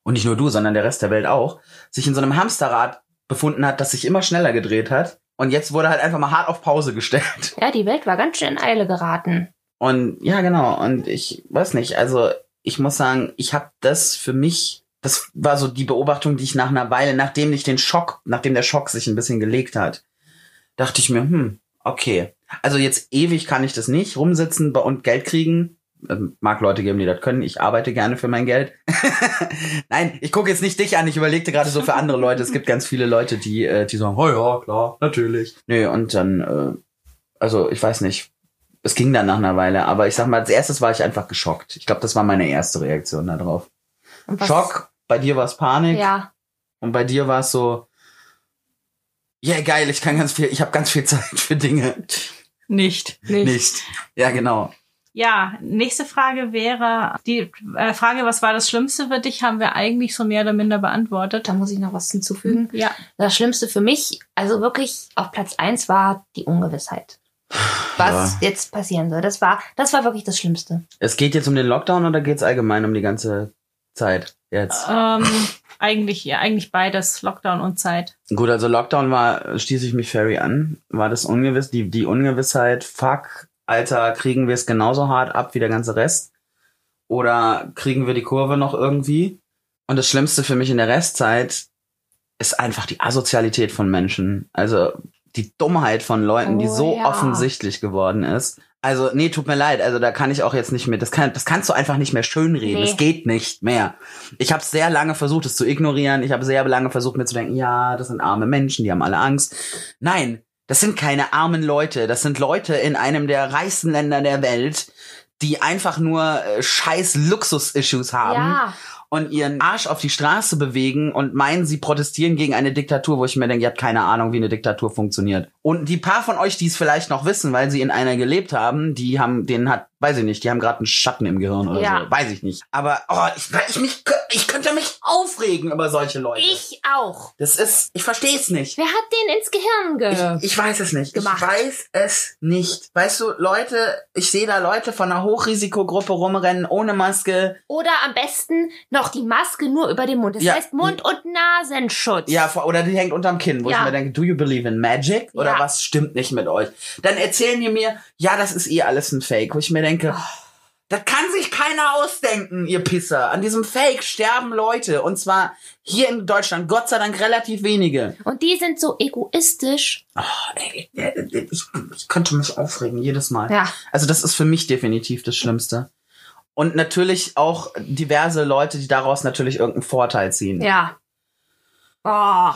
[SPEAKER 2] und nicht nur du, sondern der Rest der Welt auch, sich in so einem Hamsterrad befunden hat, das sich immer schneller gedreht hat. Und jetzt wurde halt einfach mal hart auf Pause gestellt.
[SPEAKER 1] Ja, die Welt war ganz schön in Eile geraten.
[SPEAKER 2] Und ja, genau. Und ich weiß nicht, also ich muss sagen, ich habe das für mich, das war so die Beobachtung, die ich nach einer Weile, nachdem ich den Schock, nachdem der Schock sich ein bisschen gelegt hat, dachte ich mir, hm, okay. Also jetzt ewig kann ich das nicht rumsitzen be- und Geld kriegen. Ähm, Mag Leute geben, die das können. Ich arbeite gerne für mein Geld. Nein, ich gucke jetzt nicht dich an. Ich überlegte gerade so für andere Leute. Es gibt ganz viele Leute, die, äh, die sagen, oh ja, klar, natürlich. Nee, und dann, äh, also ich weiß nicht es ging dann nach einer Weile, aber ich sag mal, als erstes war ich einfach geschockt. Ich glaube, das war meine erste Reaktion darauf.
[SPEAKER 1] Und was-
[SPEAKER 2] Schock, bei dir war es Panik
[SPEAKER 1] Ja,
[SPEAKER 2] und bei dir war es so, ja yeah, geil, ich kann ganz viel, ich habe ganz viel Zeit für Dinge.
[SPEAKER 3] Nicht.
[SPEAKER 2] Nicht. Ja, genau.
[SPEAKER 3] Ja, nächste Frage wäre, die äh, Frage, was war das Schlimmste für dich, haben wir eigentlich so mehr oder minder beantwortet.
[SPEAKER 1] da muss ich noch was hinzufügen.
[SPEAKER 3] Ja.
[SPEAKER 1] Das Schlimmste für mich, also wirklich auf Platz eins war die Ungewissheit. Was jetzt passieren soll. Das war, das war wirklich das Schlimmste.
[SPEAKER 2] Es geht jetzt um den Lockdown oder geht's allgemein um die ganze Zeit jetzt?
[SPEAKER 3] Ähm, eigentlich, ja, eigentlich beides, Lockdown und Zeit.
[SPEAKER 2] Gut, also Lockdown war, stieß ich mich Ferry an, war das ungewiss, die, die Ungewissheit, fuck, Alter, kriegen wir es genauso hart ab wie der ganze Rest? Oder kriegen wir die Kurve noch irgendwie? Und das Schlimmste für mich in der Restzeit ist einfach die Asozialität von Menschen. Also die Dummheit von Leuten, die
[SPEAKER 1] Oh,
[SPEAKER 2] so
[SPEAKER 1] ja.
[SPEAKER 2] offensichtlich geworden ist. Also, nee, tut mir leid. Also, da kann ich auch jetzt nicht mehr, das kann, das kannst du einfach nicht mehr schönreden.
[SPEAKER 1] Nee.
[SPEAKER 2] Es geht nicht mehr. Ich habe sehr lange versucht, es zu ignorieren. Ich habe sehr lange versucht, mir zu denken, ja, das sind arme Menschen, die haben alle Angst. Nein, das sind keine armen Leute. Das sind Leute in einem der reichsten Länder der Welt, die einfach nur äh, scheiß Luxus-Issues haben
[SPEAKER 1] Ja,
[SPEAKER 2] und ihren Arsch auf die Straße bewegen und meinen, sie protestieren gegen eine Diktatur, wo ich mir denke, ihr habt keine Ahnung, wie eine Diktatur funktioniert. Und die paar von euch, die es vielleicht noch wissen, weil sie in einer gelebt haben, die haben, denen hat, weiß ich nicht, die haben gerade einen Schatten im Gehirn oder
[SPEAKER 1] Ja.
[SPEAKER 2] so, weiß ich nicht. Aber oh, ich, ich, mich, ich könnte mich aufregen über solche Leute.
[SPEAKER 1] ich auch.
[SPEAKER 2] das ist, ich verstehe es nicht.
[SPEAKER 1] Wer hat den ins Gehirn ge...
[SPEAKER 2] Ich, ich weiß es nicht.
[SPEAKER 1] gemacht.
[SPEAKER 2] Ich weiß es nicht. Weißt du, Leute, ich sehe da Leute von einer Hochrisikogruppe rumrennen ohne Maske.
[SPEAKER 1] Oder am besten noch die Maske nur über den Mund. Das
[SPEAKER 2] Ja.
[SPEAKER 1] heißt Mund- und Nasenschutz.
[SPEAKER 2] Ja, vor- oder die hängt unterm Kinn, wo ich
[SPEAKER 1] Ja.
[SPEAKER 2] mir denke, do you believe in magic? Oder
[SPEAKER 1] Ja. Ah.
[SPEAKER 2] was stimmt nicht mit euch? Dann erzählen die mir, ja, das ist eh alles ein Fake, wo ich mir denke, Das kann sich keiner ausdenken, ihr Pisser. An diesem Fake sterben Leute. Und zwar hier in Deutschland. Gott sei Dank relativ wenige.
[SPEAKER 1] Und die sind so egoistisch.
[SPEAKER 2] Oh, ey, ich, ich, ich könnte mich aufregen jedes Mal.
[SPEAKER 1] Ja.
[SPEAKER 2] Also das ist für mich definitiv das Schlimmste. Und natürlich auch diverse Leute, die daraus natürlich irgendeinen Vorteil ziehen.
[SPEAKER 1] Ja. Oh,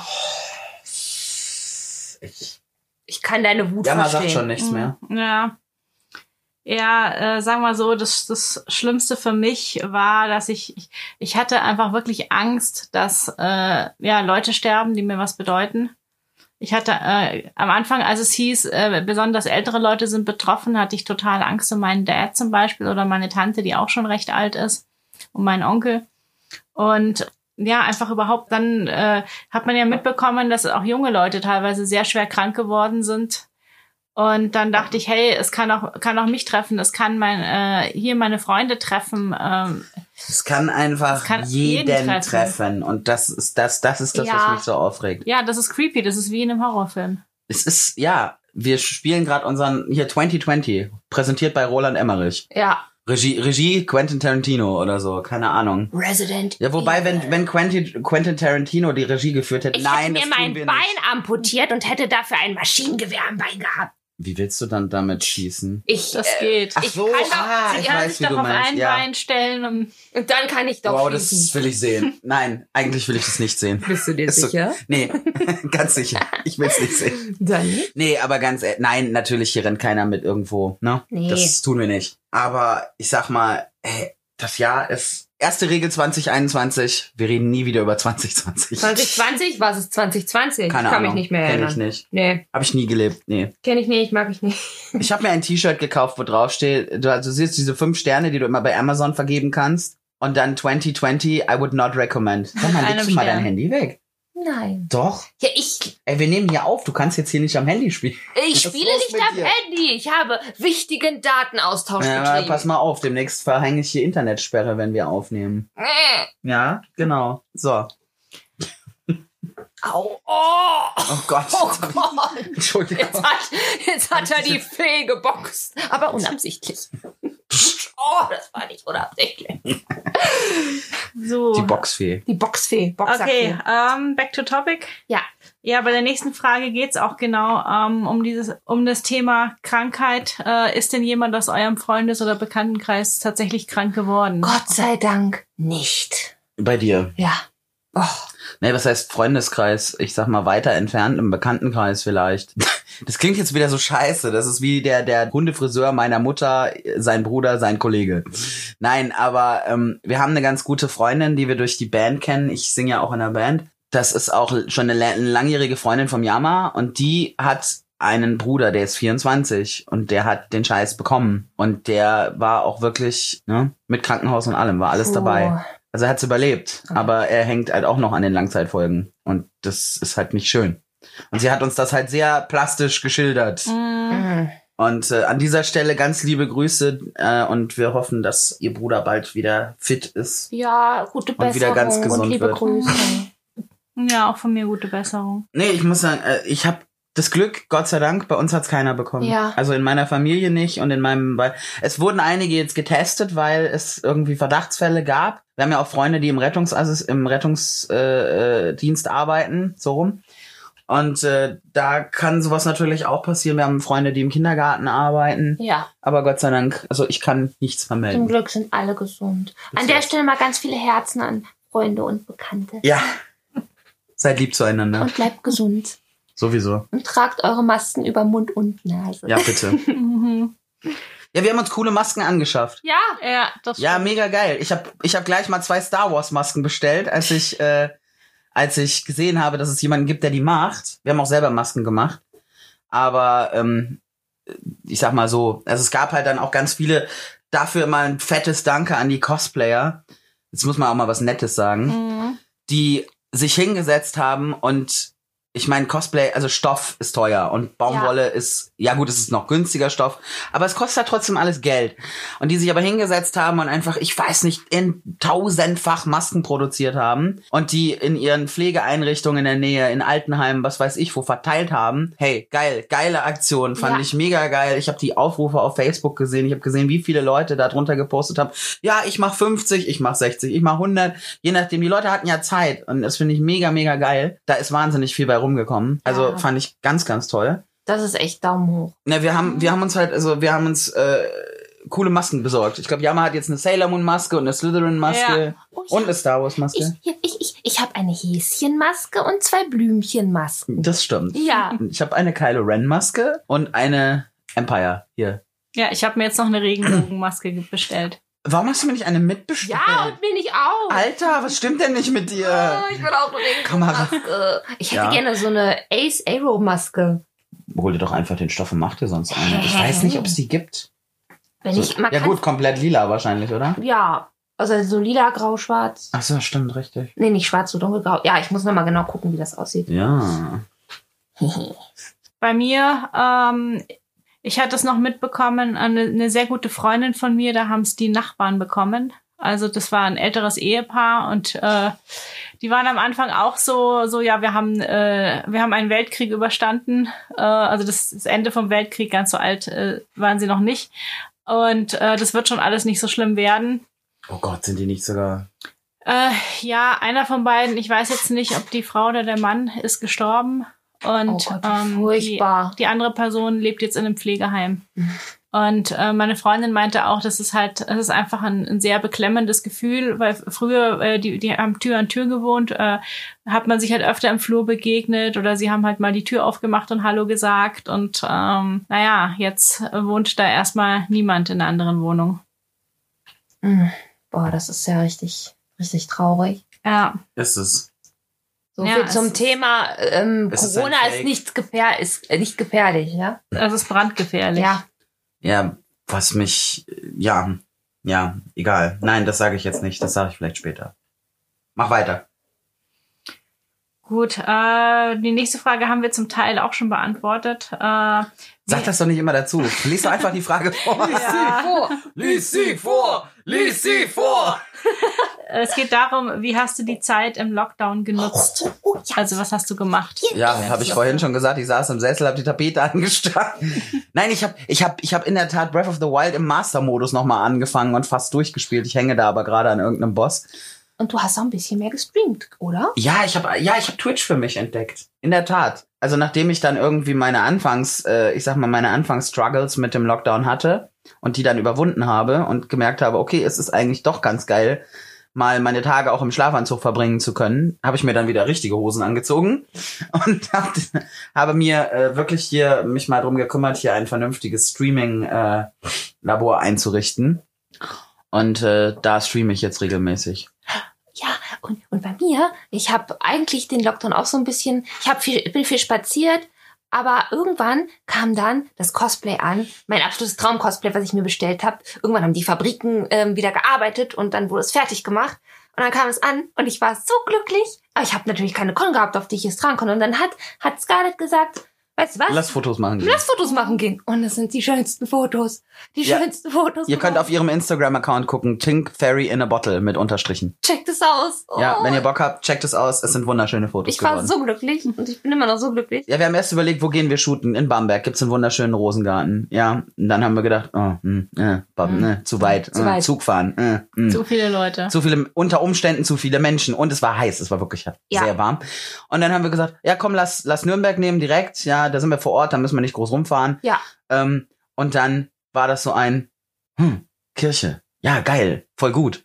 [SPEAKER 2] Ich,
[SPEAKER 1] ich kann deine Wut
[SPEAKER 2] ja, man sagt
[SPEAKER 1] verstehen. Mhm.
[SPEAKER 2] schon nichts mehr.
[SPEAKER 3] Mm, Ja. Ja, äh, sagen wir so, das, das Schlimmste für mich war, dass ich, ich, ich hatte einfach wirklich Angst, dass äh, ja, Leute sterben, die mir was bedeuten. Ich hatte äh, am Anfang, als es hieß, äh, besonders ältere Leute sind betroffen, hatte ich total Angst um meinen Dad zum Beispiel oder meine Tante, die auch schon recht alt ist, und meinen Onkel. Und ja, einfach überhaupt, dann äh, hat man ja mitbekommen, dass auch junge Leute teilweise sehr schwer krank geworden sind. Und dann dachte ich, hey, es kann auch, kann auch mich treffen, es kann mein, äh, hier meine Freunde treffen. Ähm,
[SPEAKER 2] Es kann einfach
[SPEAKER 3] Es kann
[SPEAKER 2] jeden,
[SPEAKER 3] jeden
[SPEAKER 2] treffen.
[SPEAKER 3] treffen.
[SPEAKER 2] Und das ist das, das ist das, was
[SPEAKER 1] Ja.
[SPEAKER 2] mich so aufregt.
[SPEAKER 3] ja, das ist creepy, das ist wie in einem Horrorfilm.
[SPEAKER 2] Es ist, ja, wir spielen gerade unseren hier 2020, präsentiert bei Roland Emmerich.
[SPEAKER 1] Ja.
[SPEAKER 2] Regie, Regie Quentin Tarantino oder so, keine Ahnung.
[SPEAKER 1] Resident.
[SPEAKER 2] Ja, wobei, wenn, wenn Quentin, Quentin Tarantino die Regie geführt hätte,
[SPEAKER 1] Ich hätte
[SPEAKER 2] nein,
[SPEAKER 1] mir
[SPEAKER 2] das tun
[SPEAKER 1] mein
[SPEAKER 2] wir
[SPEAKER 1] Bein
[SPEAKER 2] nicht.
[SPEAKER 1] amputiert und hätte dafür ein Maschinengewehr am Bein gehabt.
[SPEAKER 2] Wie willst du dann damit schießen?
[SPEAKER 1] Ich,
[SPEAKER 3] Das
[SPEAKER 1] äh,
[SPEAKER 3] geht.
[SPEAKER 2] Ach
[SPEAKER 1] Ich
[SPEAKER 2] so,
[SPEAKER 1] kann doch-
[SPEAKER 2] ah,
[SPEAKER 1] sie
[SPEAKER 2] ich
[SPEAKER 3] kann
[SPEAKER 2] weiß,
[SPEAKER 3] sich
[SPEAKER 2] wie
[SPEAKER 3] doch
[SPEAKER 2] du
[SPEAKER 3] auf
[SPEAKER 2] meinst.
[SPEAKER 3] ein
[SPEAKER 2] Ja.
[SPEAKER 3] Bein stellen und
[SPEAKER 1] und dann kann ich doch
[SPEAKER 2] Wow, das
[SPEAKER 1] schießen.
[SPEAKER 2] will ich sehen. Nein, eigentlich will ich das nicht sehen.
[SPEAKER 1] Bist du dir
[SPEAKER 2] Ist so- Nee, ganz sicher. Ich will es nicht sehen.
[SPEAKER 1] Dann?
[SPEAKER 2] Nee, aber ganz ehrlich, nein, natürlich, hier rennt keiner mit irgendwo. Ne?
[SPEAKER 1] Nee.
[SPEAKER 2] Das tun wir nicht. Aber ich sag mal, ey, das Jahr ist erste Regel 2021. Wir reden nie wieder über 2020.
[SPEAKER 1] 2020? Was ist 2020?
[SPEAKER 2] Keine
[SPEAKER 1] ich kann
[SPEAKER 2] Ahnung.
[SPEAKER 1] mich nicht mehr
[SPEAKER 2] Kenn
[SPEAKER 1] erinnern.
[SPEAKER 2] ich nicht.
[SPEAKER 1] Nee,
[SPEAKER 2] Hab ich nie gelebt. Nee.
[SPEAKER 1] kenne ich nicht, mag ich nicht.
[SPEAKER 2] Ich habe mir ein T-Shirt gekauft, wo drauf steht, du, also du siehst diese fünf Sterne, die du immer bei Amazon vergeben kannst. Und dann 2020, I would not recommend. Sag mal,
[SPEAKER 3] Mit
[SPEAKER 2] legst
[SPEAKER 3] einem
[SPEAKER 2] du mal
[SPEAKER 3] Stern.
[SPEAKER 2] dein Handy weg.
[SPEAKER 1] Nein.
[SPEAKER 2] Doch.
[SPEAKER 1] Ja, ich,
[SPEAKER 2] Ey, wir nehmen hier auf. Du kannst jetzt hier nicht am Handy spielen.
[SPEAKER 1] ich
[SPEAKER 2] Was ist
[SPEAKER 1] spiele
[SPEAKER 2] los
[SPEAKER 1] nicht
[SPEAKER 2] mit
[SPEAKER 1] am
[SPEAKER 2] dir?
[SPEAKER 1] Handy. Ich habe wichtigen Datenaustausch
[SPEAKER 2] Ja,
[SPEAKER 1] betrieben.
[SPEAKER 2] pass mal auf. Demnächst verhänge ich hier Internetsperre, wenn wir aufnehmen.
[SPEAKER 1] Äh,
[SPEAKER 2] Ja, genau. So.
[SPEAKER 1] Au. Oh.
[SPEAKER 2] Oh Gott.
[SPEAKER 1] Oh Gott.
[SPEAKER 2] Entschuldigung.
[SPEAKER 1] Jetzt hat, jetzt hat er die Fee geboxt. Aber unabsichtlich. Oh, das war nicht unabsichtlich.
[SPEAKER 3] so.
[SPEAKER 2] Die Boxfee.
[SPEAKER 1] Die Boxfee. Boxerfee.
[SPEAKER 3] Okay, ähm, back to topic.
[SPEAKER 1] Ja.
[SPEAKER 3] Ja, bei der nächsten Frage geht's auch genau ähm, um dieses, um das Thema Krankheit. Äh, ist denn jemand aus eurem Freundes- oder Bekanntenkreis tatsächlich krank geworden?
[SPEAKER 1] Gott sei Dank nicht.
[SPEAKER 2] Bei dir.
[SPEAKER 1] Ja. Oh.
[SPEAKER 2] Nee, was heißt Freundeskreis? Ich sag mal weiter entfernt im Bekanntenkreis vielleicht. Das klingt jetzt wieder so scheiße. Das ist wie der, der Hundefriseur meiner Mutter, sein Bruder, sein Kollege. Nein, aber ähm, wir haben eine ganz gute Freundin, die wir durch die Band kennen. Ich singe ja auch in der Band. Das ist auch schon eine, la- eine langjährige Freundin vom Yama und die hat einen Bruder, der ist 24 und der hat den Scheiß bekommen. Und der war auch wirklich, ne, mit Krankenhaus und allem, war alles dabei. Also er hat's überlebt, aber er hängt halt auch noch an den Langzeitfolgen. Und das ist halt nicht schön. Und sie hat uns das halt sehr plastisch geschildert.
[SPEAKER 3] Mm,
[SPEAKER 1] Mhm.
[SPEAKER 2] Und äh, an dieser Stelle ganz liebe Grüße äh, und wir hoffen, dass ihr Bruder bald wieder fit ist.
[SPEAKER 1] Ja, gute Besserung
[SPEAKER 2] Und wieder ganz gesund
[SPEAKER 1] und liebe
[SPEAKER 2] wird.
[SPEAKER 1] Grüße.
[SPEAKER 3] ja, auch von mir gute Besserung.
[SPEAKER 2] Nee, ich muss sagen, äh, ich habe das Glück, Gott sei Dank, bei uns hat's keiner bekommen.
[SPEAKER 1] Ja.
[SPEAKER 2] Also in meiner Familie nicht und in meinem, weil es wurden einige jetzt getestet, weil es irgendwie Verdachtsfälle gab. Wir haben ja auch Freunde, die im Rettungsassis, im Rettungsdienst äh, äh, Dienst arbeiten, so rum. Und äh, da kann sowas natürlich auch passieren. Wir haben Freunde, die im Kindergarten arbeiten,
[SPEAKER 1] Ja,
[SPEAKER 2] aber Gott sei Dank, also ich kann nichts
[SPEAKER 1] zum
[SPEAKER 2] vermelden.
[SPEAKER 1] Glück sind alle gesund.
[SPEAKER 2] Das
[SPEAKER 1] An der
[SPEAKER 2] heißt-
[SPEAKER 1] Stelle mal ganz viele Herzen an Freunde und Bekannte.
[SPEAKER 2] Ja. Seid lieb zueinander.
[SPEAKER 1] Und bleibt gesund.
[SPEAKER 2] Sowieso.
[SPEAKER 1] Und tragt eure Masken über Mund und Nase.
[SPEAKER 2] Ja, bitte.
[SPEAKER 3] Mhm.
[SPEAKER 2] ja, wir haben uns coole Masken angeschafft.
[SPEAKER 1] Ja,
[SPEAKER 3] Ja, das
[SPEAKER 2] Ja, mega geil. Ich hab ich hab gleich mal zwei Star Wars Masken bestellt, als ich äh, als ich gesehen habe, dass es jemanden gibt, der die macht. Wir haben auch selber Masken gemacht, aber ähm, ich sag mal so, also es gab halt dann auch ganz viele dafür mal ein fettes Danke an die Cosplayer. Jetzt muss man auch mal was Nettes sagen,
[SPEAKER 3] Mhm.
[SPEAKER 2] die sich hingesetzt haben und ich meine, Cosplay, also Stoff ist teuer und Baumwolle ist, ja gut, es ist noch günstiger Stoff, aber es kostet ja trotzdem alles Geld. Und die sich aber hingesetzt haben und einfach, ich weiß nicht, in tausendfach Masken produziert haben und die in ihren Pflegeeinrichtungen in der Nähe, in Altenheimen, was weiß ich, wo verteilt haben. Hey, geil, geile Aktion, fand
[SPEAKER 1] Ja.
[SPEAKER 2] ich mega geil. Ich habe die Aufrufe auf Facebook gesehen, ich habe gesehen, wie viele Leute da drunter gepostet haben. Ja, ich mach 50, ich mach 60, ich mach 100, je nachdem. Die Leute hatten ja Zeit und das finde ich mega, mega geil. Da ist wahnsinnig viel bei rumgekommen. Also
[SPEAKER 1] Ja.
[SPEAKER 2] fand ich ganz, ganz toll.
[SPEAKER 1] Das ist echt Daumen hoch.
[SPEAKER 2] Na, wir haben, wir haben uns halt, also wir haben uns äh, coole Masken besorgt. Ich glaube, Yama hat jetzt eine Sailor Moon Maske und eine Slytherin Maske
[SPEAKER 1] Oh, ja.
[SPEAKER 2] und eine Star Wars
[SPEAKER 1] Ich,
[SPEAKER 2] Maske.
[SPEAKER 1] ich, ich, ich, ich habe eine Häschenmaske und zwei Blümchenmasken.
[SPEAKER 2] Das stimmt.
[SPEAKER 1] Ja.
[SPEAKER 2] Ich habe eine Kylo Ren Maske und eine Empire hier.
[SPEAKER 3] Ja, ich habe mir jetzt noch eine Regenbogenmaske ge- bestellt.
[SPEAKER 2] Warum hast du mir nicht eine mitbestellt?
[SPEAKER 1] Ja, und bin ich auch.
[SPEAKER 2] Alter, was stimmt denn nicht mit dir?
[SPEAKER 1] Oh, Ich will auch eine
[SPEAKER 2] Kamera.
[SPEAKER 1] Regenbogenmaske. Ich hätte
[SPEAKER 2] Ja.
[SPEAKER 1] gerne so eine Ace Aero Maske.
[SPEAKER 2] Hol dir doch einfach den Stoff und mach dir sonst eine. Ich weiß nicht, ob es die gibt.
[SPEAKER 1] Wenn ich, man
[SPEAKER 2] ja
[SPEAKER 1] kann,
[SPEAKER 2] gut, komplett lila wahrscheinlich, oder?
[SPEAKER 1] Ja, also so lila, grau, schwarz.
[SPEAKER 2] Ach so, stimmt, richtig.
[SPEAKER 1] Nee, nicht schwarz, so dunkelgrau. Ja, ich muss nochmal genau gucken, wie das aussieht. Hm.
[SPEAKER 2] Ja.
[SPEAKER 3] Bei mir, ähm, ich hatte es noch mitbekommen, eine, eine sehr gute Freundin von mir, da haben es die Nachbarn bekommen. Also das war ein älteres Ehepaar und äh, die waren am Anfang auch so, so ja, wir haben, äh, wir haben einen Weltkrieg überstanden. Äh, also das, das Ende vom Weltkrieg, ganz so alt äh, waren sie noch nicht. Und äh, das wird schon alles nicht so schlimm werden.
[SPEAKER 2] Oh Gott, sind die nicht sogar.
[SPEAKER 3] Äh, ja, einer von beiden, ich weiß jetzt nicht, ob die Frau oder der Mann ist gestorben.
[SPEAKER 1] Oh
[SPEAKER 3] Und
[SPEAKER 1] Gott, wie
[SPEAKER 3] ähm, die,
[SPEAKER 1] furchtbar.
[SPEAKER 3] die andere Person lebt jetzt in einem Pflegeheim. Und äh, meine Freundin meinte auch, das ist halt, es ist einfach ein, ein sehr beklemmendes Gefühl, weil früher, äh, die, die haben Tür an Tür gewohnt, äh, hat man sich halt öfter im Flur begegnet oder sie haben halt mal die Tür aufgemacht und Hallo gesagt. Und ähm, naja, jetzt wohnt da erstmal niemand in einer anderen Wohnung.
[SPEAKER 1] Mm. Boah, das ist ja richtig, richtig traurig.
[SPEAKER 3] Ja.
[SPEAKER 2] Ist es.
[SPEAKER 1] So
[SPEAKER 3] Ja,
[SPEAKER 1] viel
[SPEAKER 3] es
[SPEAKER 1] zum
[SPEAKER 3] ist-
[SPEAKER 1] Thema ähm,
[SPEAKER 2] Es ist
[SPEAKER 1] Corona
[SPEAKER 2] ein
[SPEAKER 1] ist,
[SPEAKER 2] Fake.
[SPEAKER 1] nicht gefähr ist äh, nicht gefährlich, ja?
[SPEAKER 3] Es ist brandgefährlich.
[SPEAKER 1] Ja.
[SPEAKER 2] Ja, was mich. Ja, ja, egal. Nein, das sage ich jetzt nicht. Das sage ich vielleicht später. Mach weiter.
[SPEAKER 3] Gut, äh, die nächste Frage haben wir zum Teil auch schon beantwortet. Äh,
[SPEAKER 2] Sag das doch nicht immer dazu. Lies doch einfach die Frage vor.
[SPEAKER 3] ja,
[SPEAKER 1] Oh,
[SPEAKER 2] Lies sie vor! Lies sie vor!
[SPEAKER 3] es geht darum, wie hast du die Zeit im Lockdown genutzt?
[SPEAKER 1] oh, ja.
[SPEAKER 3] Also was hast du gemacht?
[SPEAKER 2] Ja, habe ich vorhin schon gesagt. Ich saß im Sessel, habe die Tapete angestarrt. Nein, ich habe ich hab, ich hab in der Tat Breath of the Wild im Master-Modus nochmal angefangen und fast durchgespielt. Ich hänge da aber gerade an irgendeinem Boss.
[SPEAKER 1] Und du hast auch ein bisschen mehr gestreamt, oder?
[SPEAKER 2] Ja, ich habe ja, ich habe Twitch für mich entdeckt. In der Tat. Also nachdem ich dann irgendwie meine Anfangs, äh, ich sag mal meine Anfangsstruggles mit dem Lockdown hatte und die dann überwunden habe und gemerkt habe, okay, es ist eigentlich doch ganz geil, mal meine Tage auch im Schlafanzug verbringen zu können, habe ich mir dann wieder richtige Hosen angezogen und hab, habe mir äh, wirklich hier mich mal drum gekümmert, hier ein vernünftiges Streaming äh, Labor einzurichten. Und äh, da streame ich jetzt regelmäßig.
[SPEAKER 1] Ja, und, und bei mir, ich habe eigentlich den Lockdown auch so ein bisschen, ich hab viel, bin viel spaziert, aber irgendwann kam dann das Cosplay an, mein absolutes Traum-Cosplay, was ich mir bestellt habe. Irgendwann haben die Fabriken ähm, wieder gearbeitet und dann wurde es fertig gemacht. Und dann kam es an und ich war so glücklich. Aber ich habe natürlich keine Con gehabt, auf die ich es tragen konnte. Und dann hat, hat Scarlett gesagt, weißt du was?
[SPEAKER 2] Lass Fotos machen. gehen.
[SPEAKER 1] Lass Fotos machen gehen. Und das sind die schönsten Fotos. Die
[SPEAKER 2] Ja.
[SPEAKER 1] schönsten Fotos.
[SPEAKER 2] Ihr könnt auf ihrem Instagram-Account gucken, Tink Fairy in a Bottle mit Unterstrichen.
[SPEAKER 1] Checkt es aus.
[SPEAKER 2] Ja,
[SPEAKER 1] Oh.
[SPEAKER 2] wenn ihr Bock habt, checkt es aus. Es sind wunderschöne Fotos
[SPEAKER 1] Ich
[SPEAKER 2] geworden.
[SPEAKER 1] war so glücklich und ich bin immer noch so glücklich.
[SPEAKER 2] ja, wir haben erst überlegt, wo gehen wir shooten? In Bamberg gibt's einen wunderschönen Rosengarten. Ja, und dann haben wir gedacht, oh, hm, äh, Bam,
[SPEAKER 3] Hm.
[SPEAKER 2] äh, zu weit,
[SPEAKER 1] Zu
[SPEAKER 2] äh,
[SPEAKER 1] weit.
[SPEAKER 2] Zug fahren. Äh, mh.
[SPEAKER 3] Zu viele Leute.
[SPEAKER 2] zu viele, unter Umständen zu viele Menschen. Und es war heiß, es war wirklich
[SPEAKER 1] Ja.
[SPEAKER 2] sehr warm. Und dann haben wir gesagt, ja komm, lass, lass Nürnberg nehmen direkt. Ja, da sind wir vor Ort, da müssen wir nicht groß rumfahren.
[SPEAKER 1] Ja.
[SPEAKER 2] Ähm, und dann war das so ein, hm, Kirche. Ja, geil, voll gut.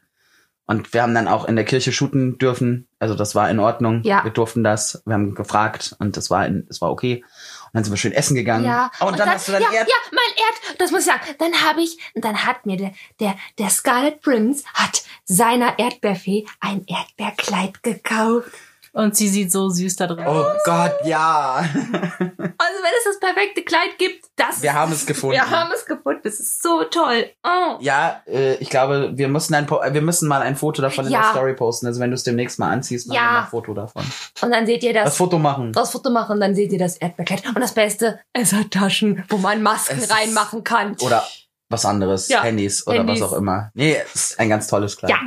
[SPEAKER 2] Und wir haben dann auch in der Kirche shooten dürfen. Also das war in Ordnung.
[SPEAKER 1] Ja.
[SPEAKER 2] Wir durften das. Wir haben gefragt und das war, in, das war okay. Und dann sind wir schön essen gegangen.
[SPEAKER 1] Ja.
[SPEAKER 2] Oh, und, dann, hast du dann
[SPEAKER 1] ja,
[SPEAKER 2] Erd
[SPEAKER 1] ja, mein Erd, das muss ich sagen. Dann habe ich, dann hat mir der, der, der Scarlet Prince hat seiner Erdbeerfee ein Erdbeerkleid gekauft.
[SPEAKER 3] Und sie sieht so süß da drin.
[SPEAKER 2] Oh Gott, ja.
[SPEAKER 1] Also wenn es das perfekte Kleid gibt, das
[SPEAKER 2] Wir haben es gefunden.
[SPEAKER 1] Wir haben es gefunden. Das ist so toll. Oh.
[SPEAKER 2] Ja, äh, ich glaube, wir müssen, ein po äh, wir müssen mal ein Foto davon in der
[SPEAKER 1] Ja.
[SPEAKER 2] Story posten. Also wenn du es demnächst mal anziehst, machen wir
[SPEAKER 1] Ja.
[SPEAKER 2] mal ein Foto davon.
[SPEAKER 1] Und dann seht ihr
[SPEAKER 2] Das
[SPEAKER 1] das.
[SPEAKER 2] Foto machen.
[SPEAKER 1] Das Foto machen, dann seht ihr das Erdbeerkleid. Und das Beste, es hat Taschen, wo man Masken
[SPEAKER 2] Es ist-
[SPEAKER 1] reinmachen kann.
[SPEAKER 2] Oder was anderes.
[SPEAKER 1] Oh. Ja,
[SPEAKER 2] Handys oder
[SPEAKER 3] Handys.
[SPEAKER 2] was auch immer. Nee, es ist ein ganz tolles Kleid.
[SPEAKER 1] Ja.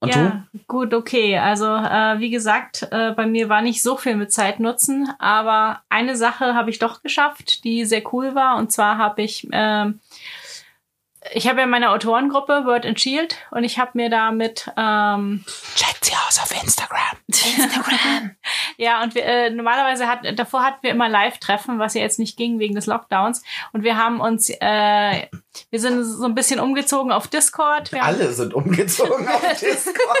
[SPEAKER 2] Und
[SPEAKER 3] ja, gut, okay. Also äh, wie gesagt, äh, bei mir war nicht so viel mit Zeit nutzen, aber eine Sache habe ich doch geschafft, die sehr cool war. Und zwar habe ich, ähm, ich habe ja meine Autorengruppe Word and Shield und ich habe mir damit ähm,
[SPEAKER 2] du? Checkt sie aus auf Instagram.
[SPEAKER 1] Instagram.
[SPEAKER 3] Ja, und wir, äh, normalerweise hat, davor hatten wir immer Live-Treffen, was ja jetzt nicht ging wegen des Lockdowns. Und wir haben uns, äh, wir sind so ein bisschen umgezogen auf Discord. Wir haben,
[SPEAKER 2] Alle sind umgezogen auf Discord.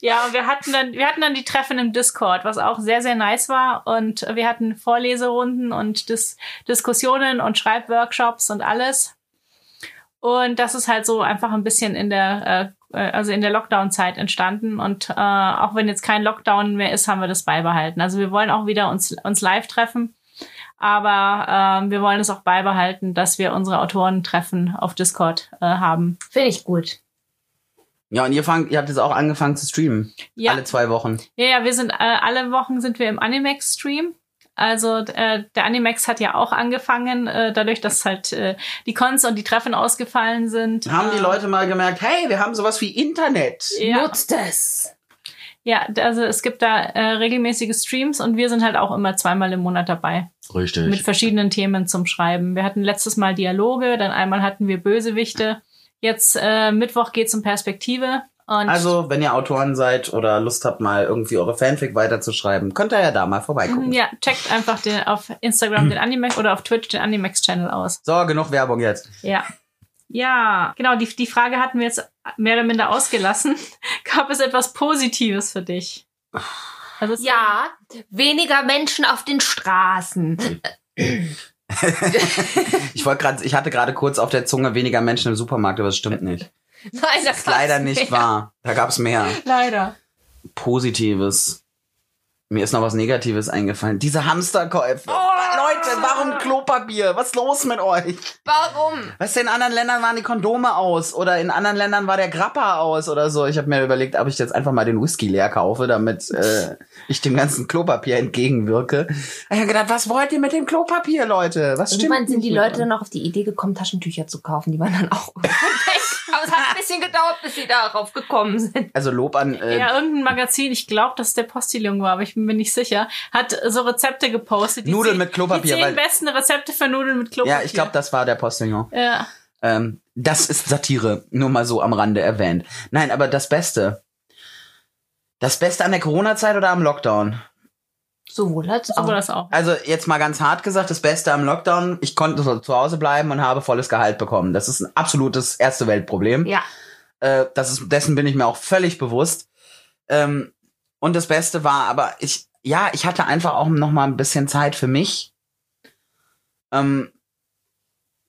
[SPEAKER 3] ja, und wir hatten dann, wir hatten dann die Treffen im Discord, was auch sehr, sehr nice war. Und wir hatten Vorleserunden und Dis Diskussionen und Schreibworkshops und alles. Und das ist halt so einfach ein bisschen in der, äh, äh, also in der Lockdown-Zeit entstanden. Und äh, auch wenn jetzt kein Lockdown mehr ist, haben wir das beibehalten. Also wir wollen auch wieder uns, uns live treffen. Aber ähm, wir wollen es auch beibehalten, dass wir unsere Autorentreffen auf Discord äh, haben.
[SPEAKER 1] Finde ich gut.
[SPEAKER 2] Ja, und ihr, fangt, ihr habt jetzt auch angefangen zu streamen.
[SPEAKER 3] Ja.
[SPEAKER 2] Alle zwei Wochen.
[SPEAKER 3] Ja, ja, wir sind äh, alle Wochen sind wir im Animax-Stream. Also äh, der Animax hat ja auch angefangen, äh, dadurch, dass halt äh, die Cons und die Treffen ausgefallen sind.
[SPEAKER 2] Haben
[SPEAKER 3] äh,
[SPEAKER 2] die Leute mal gemerkt, hey, wir haben sowas wie Internet.
[SPEAKER 3] Ja,
[SPEAKER 1] Nutzt es.
[SPEAKER 3] ja, d- also es gibt da äh, regelmäßige Streams und wir sind halt auch immer zweimal im Monat dabei
[SPEAKER 2] Richtig.
[SPEAKER 3] mit verschiedenen Themen zum Schreiben. Wir hatten letztes Mal Dialoge, dann einmal hatten wir Bösewichte. Jetzt äh, Mittwoch geht's um Perspektive und
[SPEAKER 2] Also, wenn ihr Autoren seid oder Lust habt, mal irgendwie eure Fanfic weiterzuschreiben, könnt ihr ja da mal vorbeigucken.
[SPEAKER 3] Mhm, ja, checkt einfach den, auf Instagram den Animax oder auf Twitch den Animax-Channel aus.
[SPEAKER 2] So, genug Werbung jetzt.
[SPEAKER 3] Ja. Ja, genau, die, die Frage hatten wir jetzt mehr oder minder ausgelassen. Gab es etwas Positives für dich? Also es-
[SPEAKER 1] Ja, weniger Menschen auf den Straßen.
[SPEAKER 2] Ich wollte gerade, ich hatte gerade kurz auf der Zunge weniger Menschen im Supermarkt, aber das stimmt nicht.
[SPEAKER 1] Nein, das
[SPEAKER 2] Ist leider nicht wahr. Da gab's mehr.
[SPEAKER 3] leider.
[SPEAKER 2] Positives. Mir ist noch was Negatives eingefallen. Diese Hamsterkäufe. Leute, warum Klopapier? Was ist los mit euch?
[SPEAKER 1] Warum?
[SPEAKER 2] Weißt du, in anderen Ländern waren die Kondome aus oder in anderen Ländern war der Grappa aus oder so. Ich habe mir überlegt, ob ich jetzt einfach mal den Whisky leer kaufe, damit äh, ich dem ganzen Klopapier entgegenwirke. Ich habe gedacht, was wollt ihr mit dem Klopapier, Leute? Was stimmt?
[SPEAKER 1] Irgendwann sind
[SPEAKER 2] nicht
[SPEAKER 1] die
[SPEAKER 2] mit
[SPEAKER 1] Leute
[SPEAKER 2] euch?
[SPEAKER 1] dann noch auf die Idee gekommen, Taschentücher zu kaufen. Die waren dann auch weg. Aber es hat ein bisschen gedauert, bis sie darauf gekommen sind.
[SPEAKER 2] Also Lob an äh,
[SPEAKER 3] Ja, irgendein Magazin, ich glaube, dass es der Postillon war, aber ich bin mir nicht sicher, hat so Rezepte gepostet. die
[SPEAKER 2] Nudeln
[SPEAKER 3] zehn-
[SPEAKER 2] mit Klopapier,
[SPEAKER 3] Die zehn
[SPEAKER 2] weil-
[SPEAKER 3] besten Rezepte für Nudeln mit Klopapier.
[SPEAKER 2] Ja, ich glaube, das war der Postillon.
[SPEAKER 3] Ja.
[SPEAKER 2] Ähm, das ist Satire, nur mal so am Rande erwähnt. Nein, aber das Beste. Das Beste an der Corona-Zeit oder am Lockdown?
[SPEAKER 1] Sowohl als
[SPEAKER 3] Aber
[SPEAKER 1] auch.
[SPEAKER 3] das auch.
[SPEAKER 2] Also jetzt mal ganz hart gesagt, das Beste am Lockdown, ich konnte so zu Hause bleiben und habe volles Gehalt bekommen. Das ist ein absolutes erste Weltproblem.
[SPEAKER 1] Ja.
[SPEAKER 2] Äh, das ist, dessen bin ich mir auch völlig bewusst. Ähm, und das Beste war, aber ich, ja, ich hatte einfach auch noch mal ein bisschen Zeit für mich. Ähm,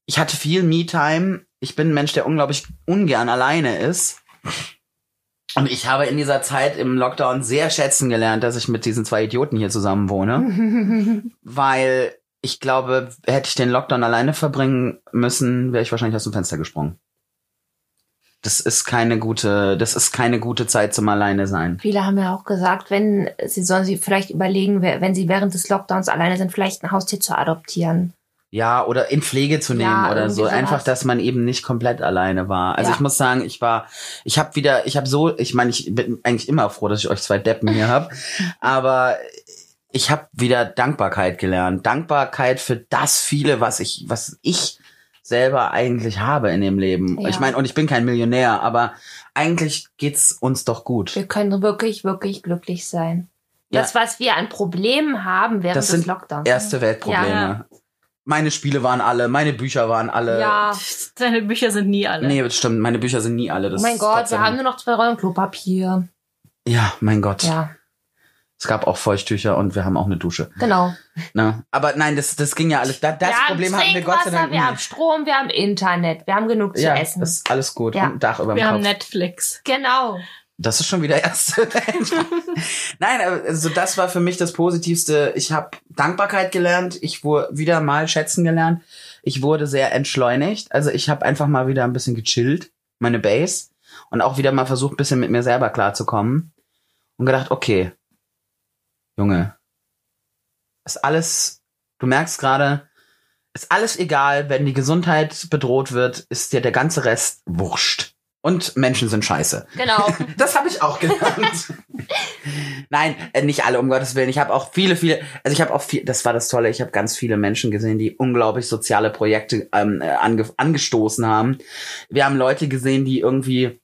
[SPEAKER 2] ich hatte viel Me-Time. Ich bin ein Mensch, der unglaublich ungern alleine ist. Und ich habe in dieser Zeit im Lockdown sehr schätzen gelernt, dass ich mit diesen zwei Idioten hier zusammen wohne weil ich glaube, hätte ich den Lockdown alleine verbringen müssen, wäre ich wahrscheinlich aus dem Fenster gesprungen. Das ist keine gute, das ist keine gute Zeit zum Alleine sein.
[SPEAKER 1] Viele haben ja auch gesagt, wenn sie sollen sie vielleicht überlegen, wer- wenn sie während des Lockdowns alleine sind, vielleicht ein Haustier zu adoptieren.
[SPEAKER 2] Ja, oder in Pflege zu nehmen
[SPEAKER 1] Ja,
[SPEAKER 2] oder
[SPEAKER 1] irgendwie
[SPEAKER 2] so.
[SPEAKER 1] sowas.
[SPEAKER 2] Einfach, dass man eben nicht komplett alleine war. Also
[SPEAKER 1] Ja.
[SPEAKER 2] ich muss sagen, ich war, ich habe wieder, ich habe so, ich meine, ich bin eigentlich immer froh, dass ich euch zwei Deppen hier habe, aber ich habe wieder Dankbarkeit gelernt. Dankbarkeit für das viele, was ich, was ich selber eigentlich habe in dem Leben.
[SPEAKER 1] Ja.
[SPEAKER 2] Ich meine, und ich bin kein Millionär, aber eigentlich geht's uns doch gut.
[SPEAKER 1] Wir können wirklich, wirklich glücklich sein.
[SPEAKER 2] Ja.
[SPEAKER 1] Das, was wir an Problemen haben während
[SPEAKER 2] Das sind
[SPEAKER 1] des Lockdowns.
[SPEAKER 2] Erste Weltprobleme.
[SPEAKER 3] Ja.
[SPEAKER 2] Meine Spiele waren alle, meine Bücher waren alle.
[SPEAKER 1] ja.
[SPEAKER 3] Deine Bücher sind nie alle.
[SPEAKER 2] Nee, das stimmt. Meine Bücher sind nie alle.
[SPEAKER 1] Oh
[SPEAKER 2] Das
[SPEAKER 1] mein
[SPEAKER 2] ist
[SPEAKER 1] Gott,
[SPEAKER 2] trotzdem-
[SPEAKER 1] wir haben nur noch zwei Rollen Klopapier.
[SPEAKER 2] Ja, mein Gott.
[SPEAKER 1] Ja,
[SPEAKER 2] Es gab auch Feuchttücher und wir haben auch eine Dusche.
[SPEAKER 1] genau.
[SPEAKER 2] Ne? Aber nein, das, das ging ja alles. Da, das
[SPEAKER 1] wir
[SPEAKER 2] Problem
[SPEAKER 1] haben
[SPEAKER 2] hatten wir Gott sei Dank
[SPEAKER 1] Wir haben
[SPEAKER 2] nicht.
[SPEAKER 1] Strom, wir haben Internet, wir haben genug zu
[SPEAKER 2] Ja,
[SPEAKER 1] essen.
[SPEAKER 2] ist alles gut.
[SPEAKER 1] Ja.
[SPEAKER 2] Und ein Dach über dem
[SPEAKER 3] Wir haben
[SPEAKER 2] Kopf.
[SPEAKER 3] Netflix.
[SPEAKER 1] Genau.
[SPEAKER 2] Das ist schon wieder erste. Nein, also das war für mich das Positivste. Ich habe Dankbarkeit gelernt. Ich wurde wieder mal schätzen gelernt. Ich wurde sehr entschleunigt. Also ich habe einfach mal wieder ein bisschen gechillt, meine Base. Und auch wieder mal versucht, ein bisschen mit mir selber klarzukommen. Und gedacht, okay, Junge, ist alles, du merkst gerade, ist alles egal, wenn die Gesundheit bedroht wird, ist dir der ganze Rest wurscht. Und Menschen sind scheiße.
[SPEAKER 1] Genau.
[SPEAKER 2] Das habe ich auch gelernt. Nein, äh, nicht alle, um Gottes Willen. Ich habe auch viele, viele, also ich habe auch viel, das war das Tolle, ich habe ganz viele Menschen gesehen, die unglaublich soziale Projekte ähm, äh, ange, angestoßen haben. Wir haben Leute gesehen, die irgendwie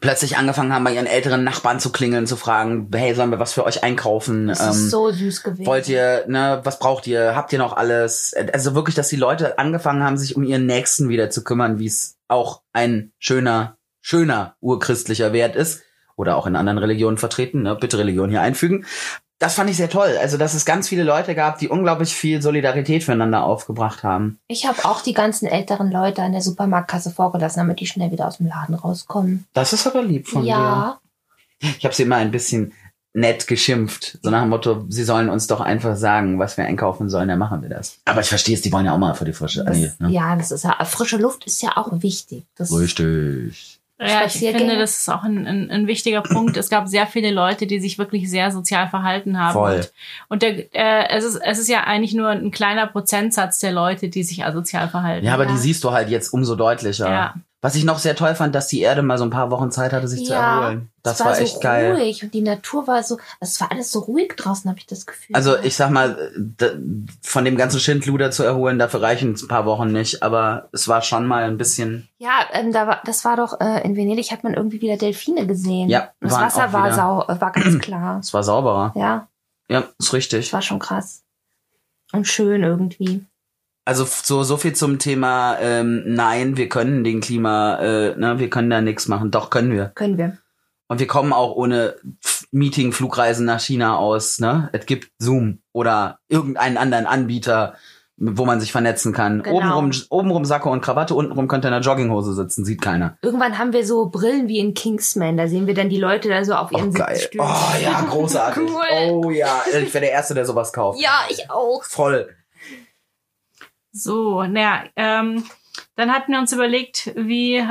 [SPEAKER 2] plötzlich angefangen haben, bei ihren älteren Nachbarn zu klingeln, zu fragen, hey, sollen wir was für euch einkaufen?
[SPEAKER 1] Das ist so süß gewesen.
[SPEAKER 2] Ähm, Wollt ihr, ne, was braucht ihr? Habt ihr noch alles? Also wirklich, dass die Leute angefangen haben, sich um ihren Nächsten wieder zu kümmern, wie es auch ein schöner, schöner urchristlicher Wert ist. Oder auch in anderen Religionen vertreten, ne? bitte Religion hier einfügen. Das fand ich sehr toll. Also, dass es ganz viele Leute gab, die unglaublich viel Solidarität füreinander aufgebracht haben.
[SPEAKER 1] Ich habe auch die ganzen älteren Leute an der Supermarktkasse vorgelassen, damit die schnell wieder aus dem Laden rauskommen.
[SPEAKER 2] Das ist aber lieb von
[SPEAKER 1] ja.
[SPEAKER 2] dir. Ich habe sie immer ein bisschen nett geschimpft. So nach dem Motto, sie sollen uns doch einfach sagen, was wir einkaufen sollen, dann machen wir das. Aber ich verstehe es, die wollen ja auch mal für die frische.
[SPEAKER 1] Das,
[SPEAKER 2] nee, ne?
[SPEAKER 1] Ja, das ist ja, frische Luft ist ja auch wichtig. Das
[SPEAKER 2] Richtig.
[SPEAKER 3] Ja, ich
[SPEAKER 1] Spaziergänge.
[SPEAKER 3] finde, das ist auch ein, ein, ein wichtiger Punkt. Es gab sehr viele Leute, die sich wirklich sehr sozial verhalten haben.
[SPEAKER 2] Voll.
[SPEAKER 3] Und, und der, äh, es, ist, es ist ja eigentlich nur ein kleiner Prozentsatz der Leute, die sich asozial verhalten.
[SPEAKER 2] Ja, aber die
[SPEAKER 1] Ja.
[SPEAKER 2] siehst du halt jetzt umso deutlicher.
[SPEAKER 3] Ja.
[SPEAKER 2] Was ich noch sehr toll fand, dass die Erde mal so ein paar Wochen Zeit hatte, sich zu
[SPEAKER 1] Ja,
[SPEAKER 2] erholen.
[SPEAKER 1] es
[SPEAKER 2] Das
[SPEAKER 1] war,
[SPEAKER 2] war
[SPEAKER 1] so
[SPEAKER 2] echt geil.
[SPEAKER 1] ruhig und die Natur war so, es war alles so ruhig draußen, habe ich das Gefühl.
[SPEAKER 2] Also ich sag mal, d- von dem ganzen Schindluder zu erholen, dafür reichen ein paar Wochen nicht, aber es war schon mal ein bisschen.
[SPEAKER 1] ja, ähm, da war, das war doch äh, in Venedig hat man irgendwie wieder Delfine gesehen.
[SPEAKER 2] Ja,
[SPEAKER 1] das
[SPEAKER 2] waren
[SPEAKER 1] Wasser
[SPEAKER 2] auch
[SPEAKER 1] war
[SPEAKER 2] wieder-
[SPEAKER 1] sau, äh, war ganz klar.
[SPEAKER 2] Es war sauberer.
[SPEAKER 1] Ja,
[SPEAKER 2] Ja, ist
[SPEAKER 1] das
[SPEAKER 2] richtig.
[SPEAKER 1] war schon krass und schön irgendwie.
[SPEAKER 2] Also f- so so viel zum Thema. Ähm, nein, wir können den Klima, äh, ne, wir können da nichts machen. Doch können wir.
[SPEAKER 1] Können wir.
[SPEAKER 2] Und wir kommen auch ohne F- Meeting, Flugreisen nach China aus. Ne, es gibt Zoom oder irgendeinen anderen Anbieter, wo man sich vernetzen kann.
[SPEAKER 1] Genau.
[SPEAKER 2] Obenrum, obenrum Sacke und Krawatte, untenrum könnte in der Jogginghose sitzen, sieht keiner.
[SPEAKER 1] Irgendwann haben wir so Brillen wie in Kingsman. Da sehen wir dann die Leute dann so auf
[SPEAKER 2] Oh,
[SPEAKER 1] ihren
[SPEAKER 2] geil.
[SPEAKER 1] Sitzstühlen.
[SPEAKER 2] Oh ja, großartig.
[SPEAKER 1] Cool.
[SPEAKER 2] Oh ja, ich wäre der Erste, der sowas kauft.
[SPEAKER 1] Ja, ich auch.
[SPEAKER 2] Voll.
[SPEAKER 3] So, naja, ähm, dann hatten wir uns überlegt, wie, äh,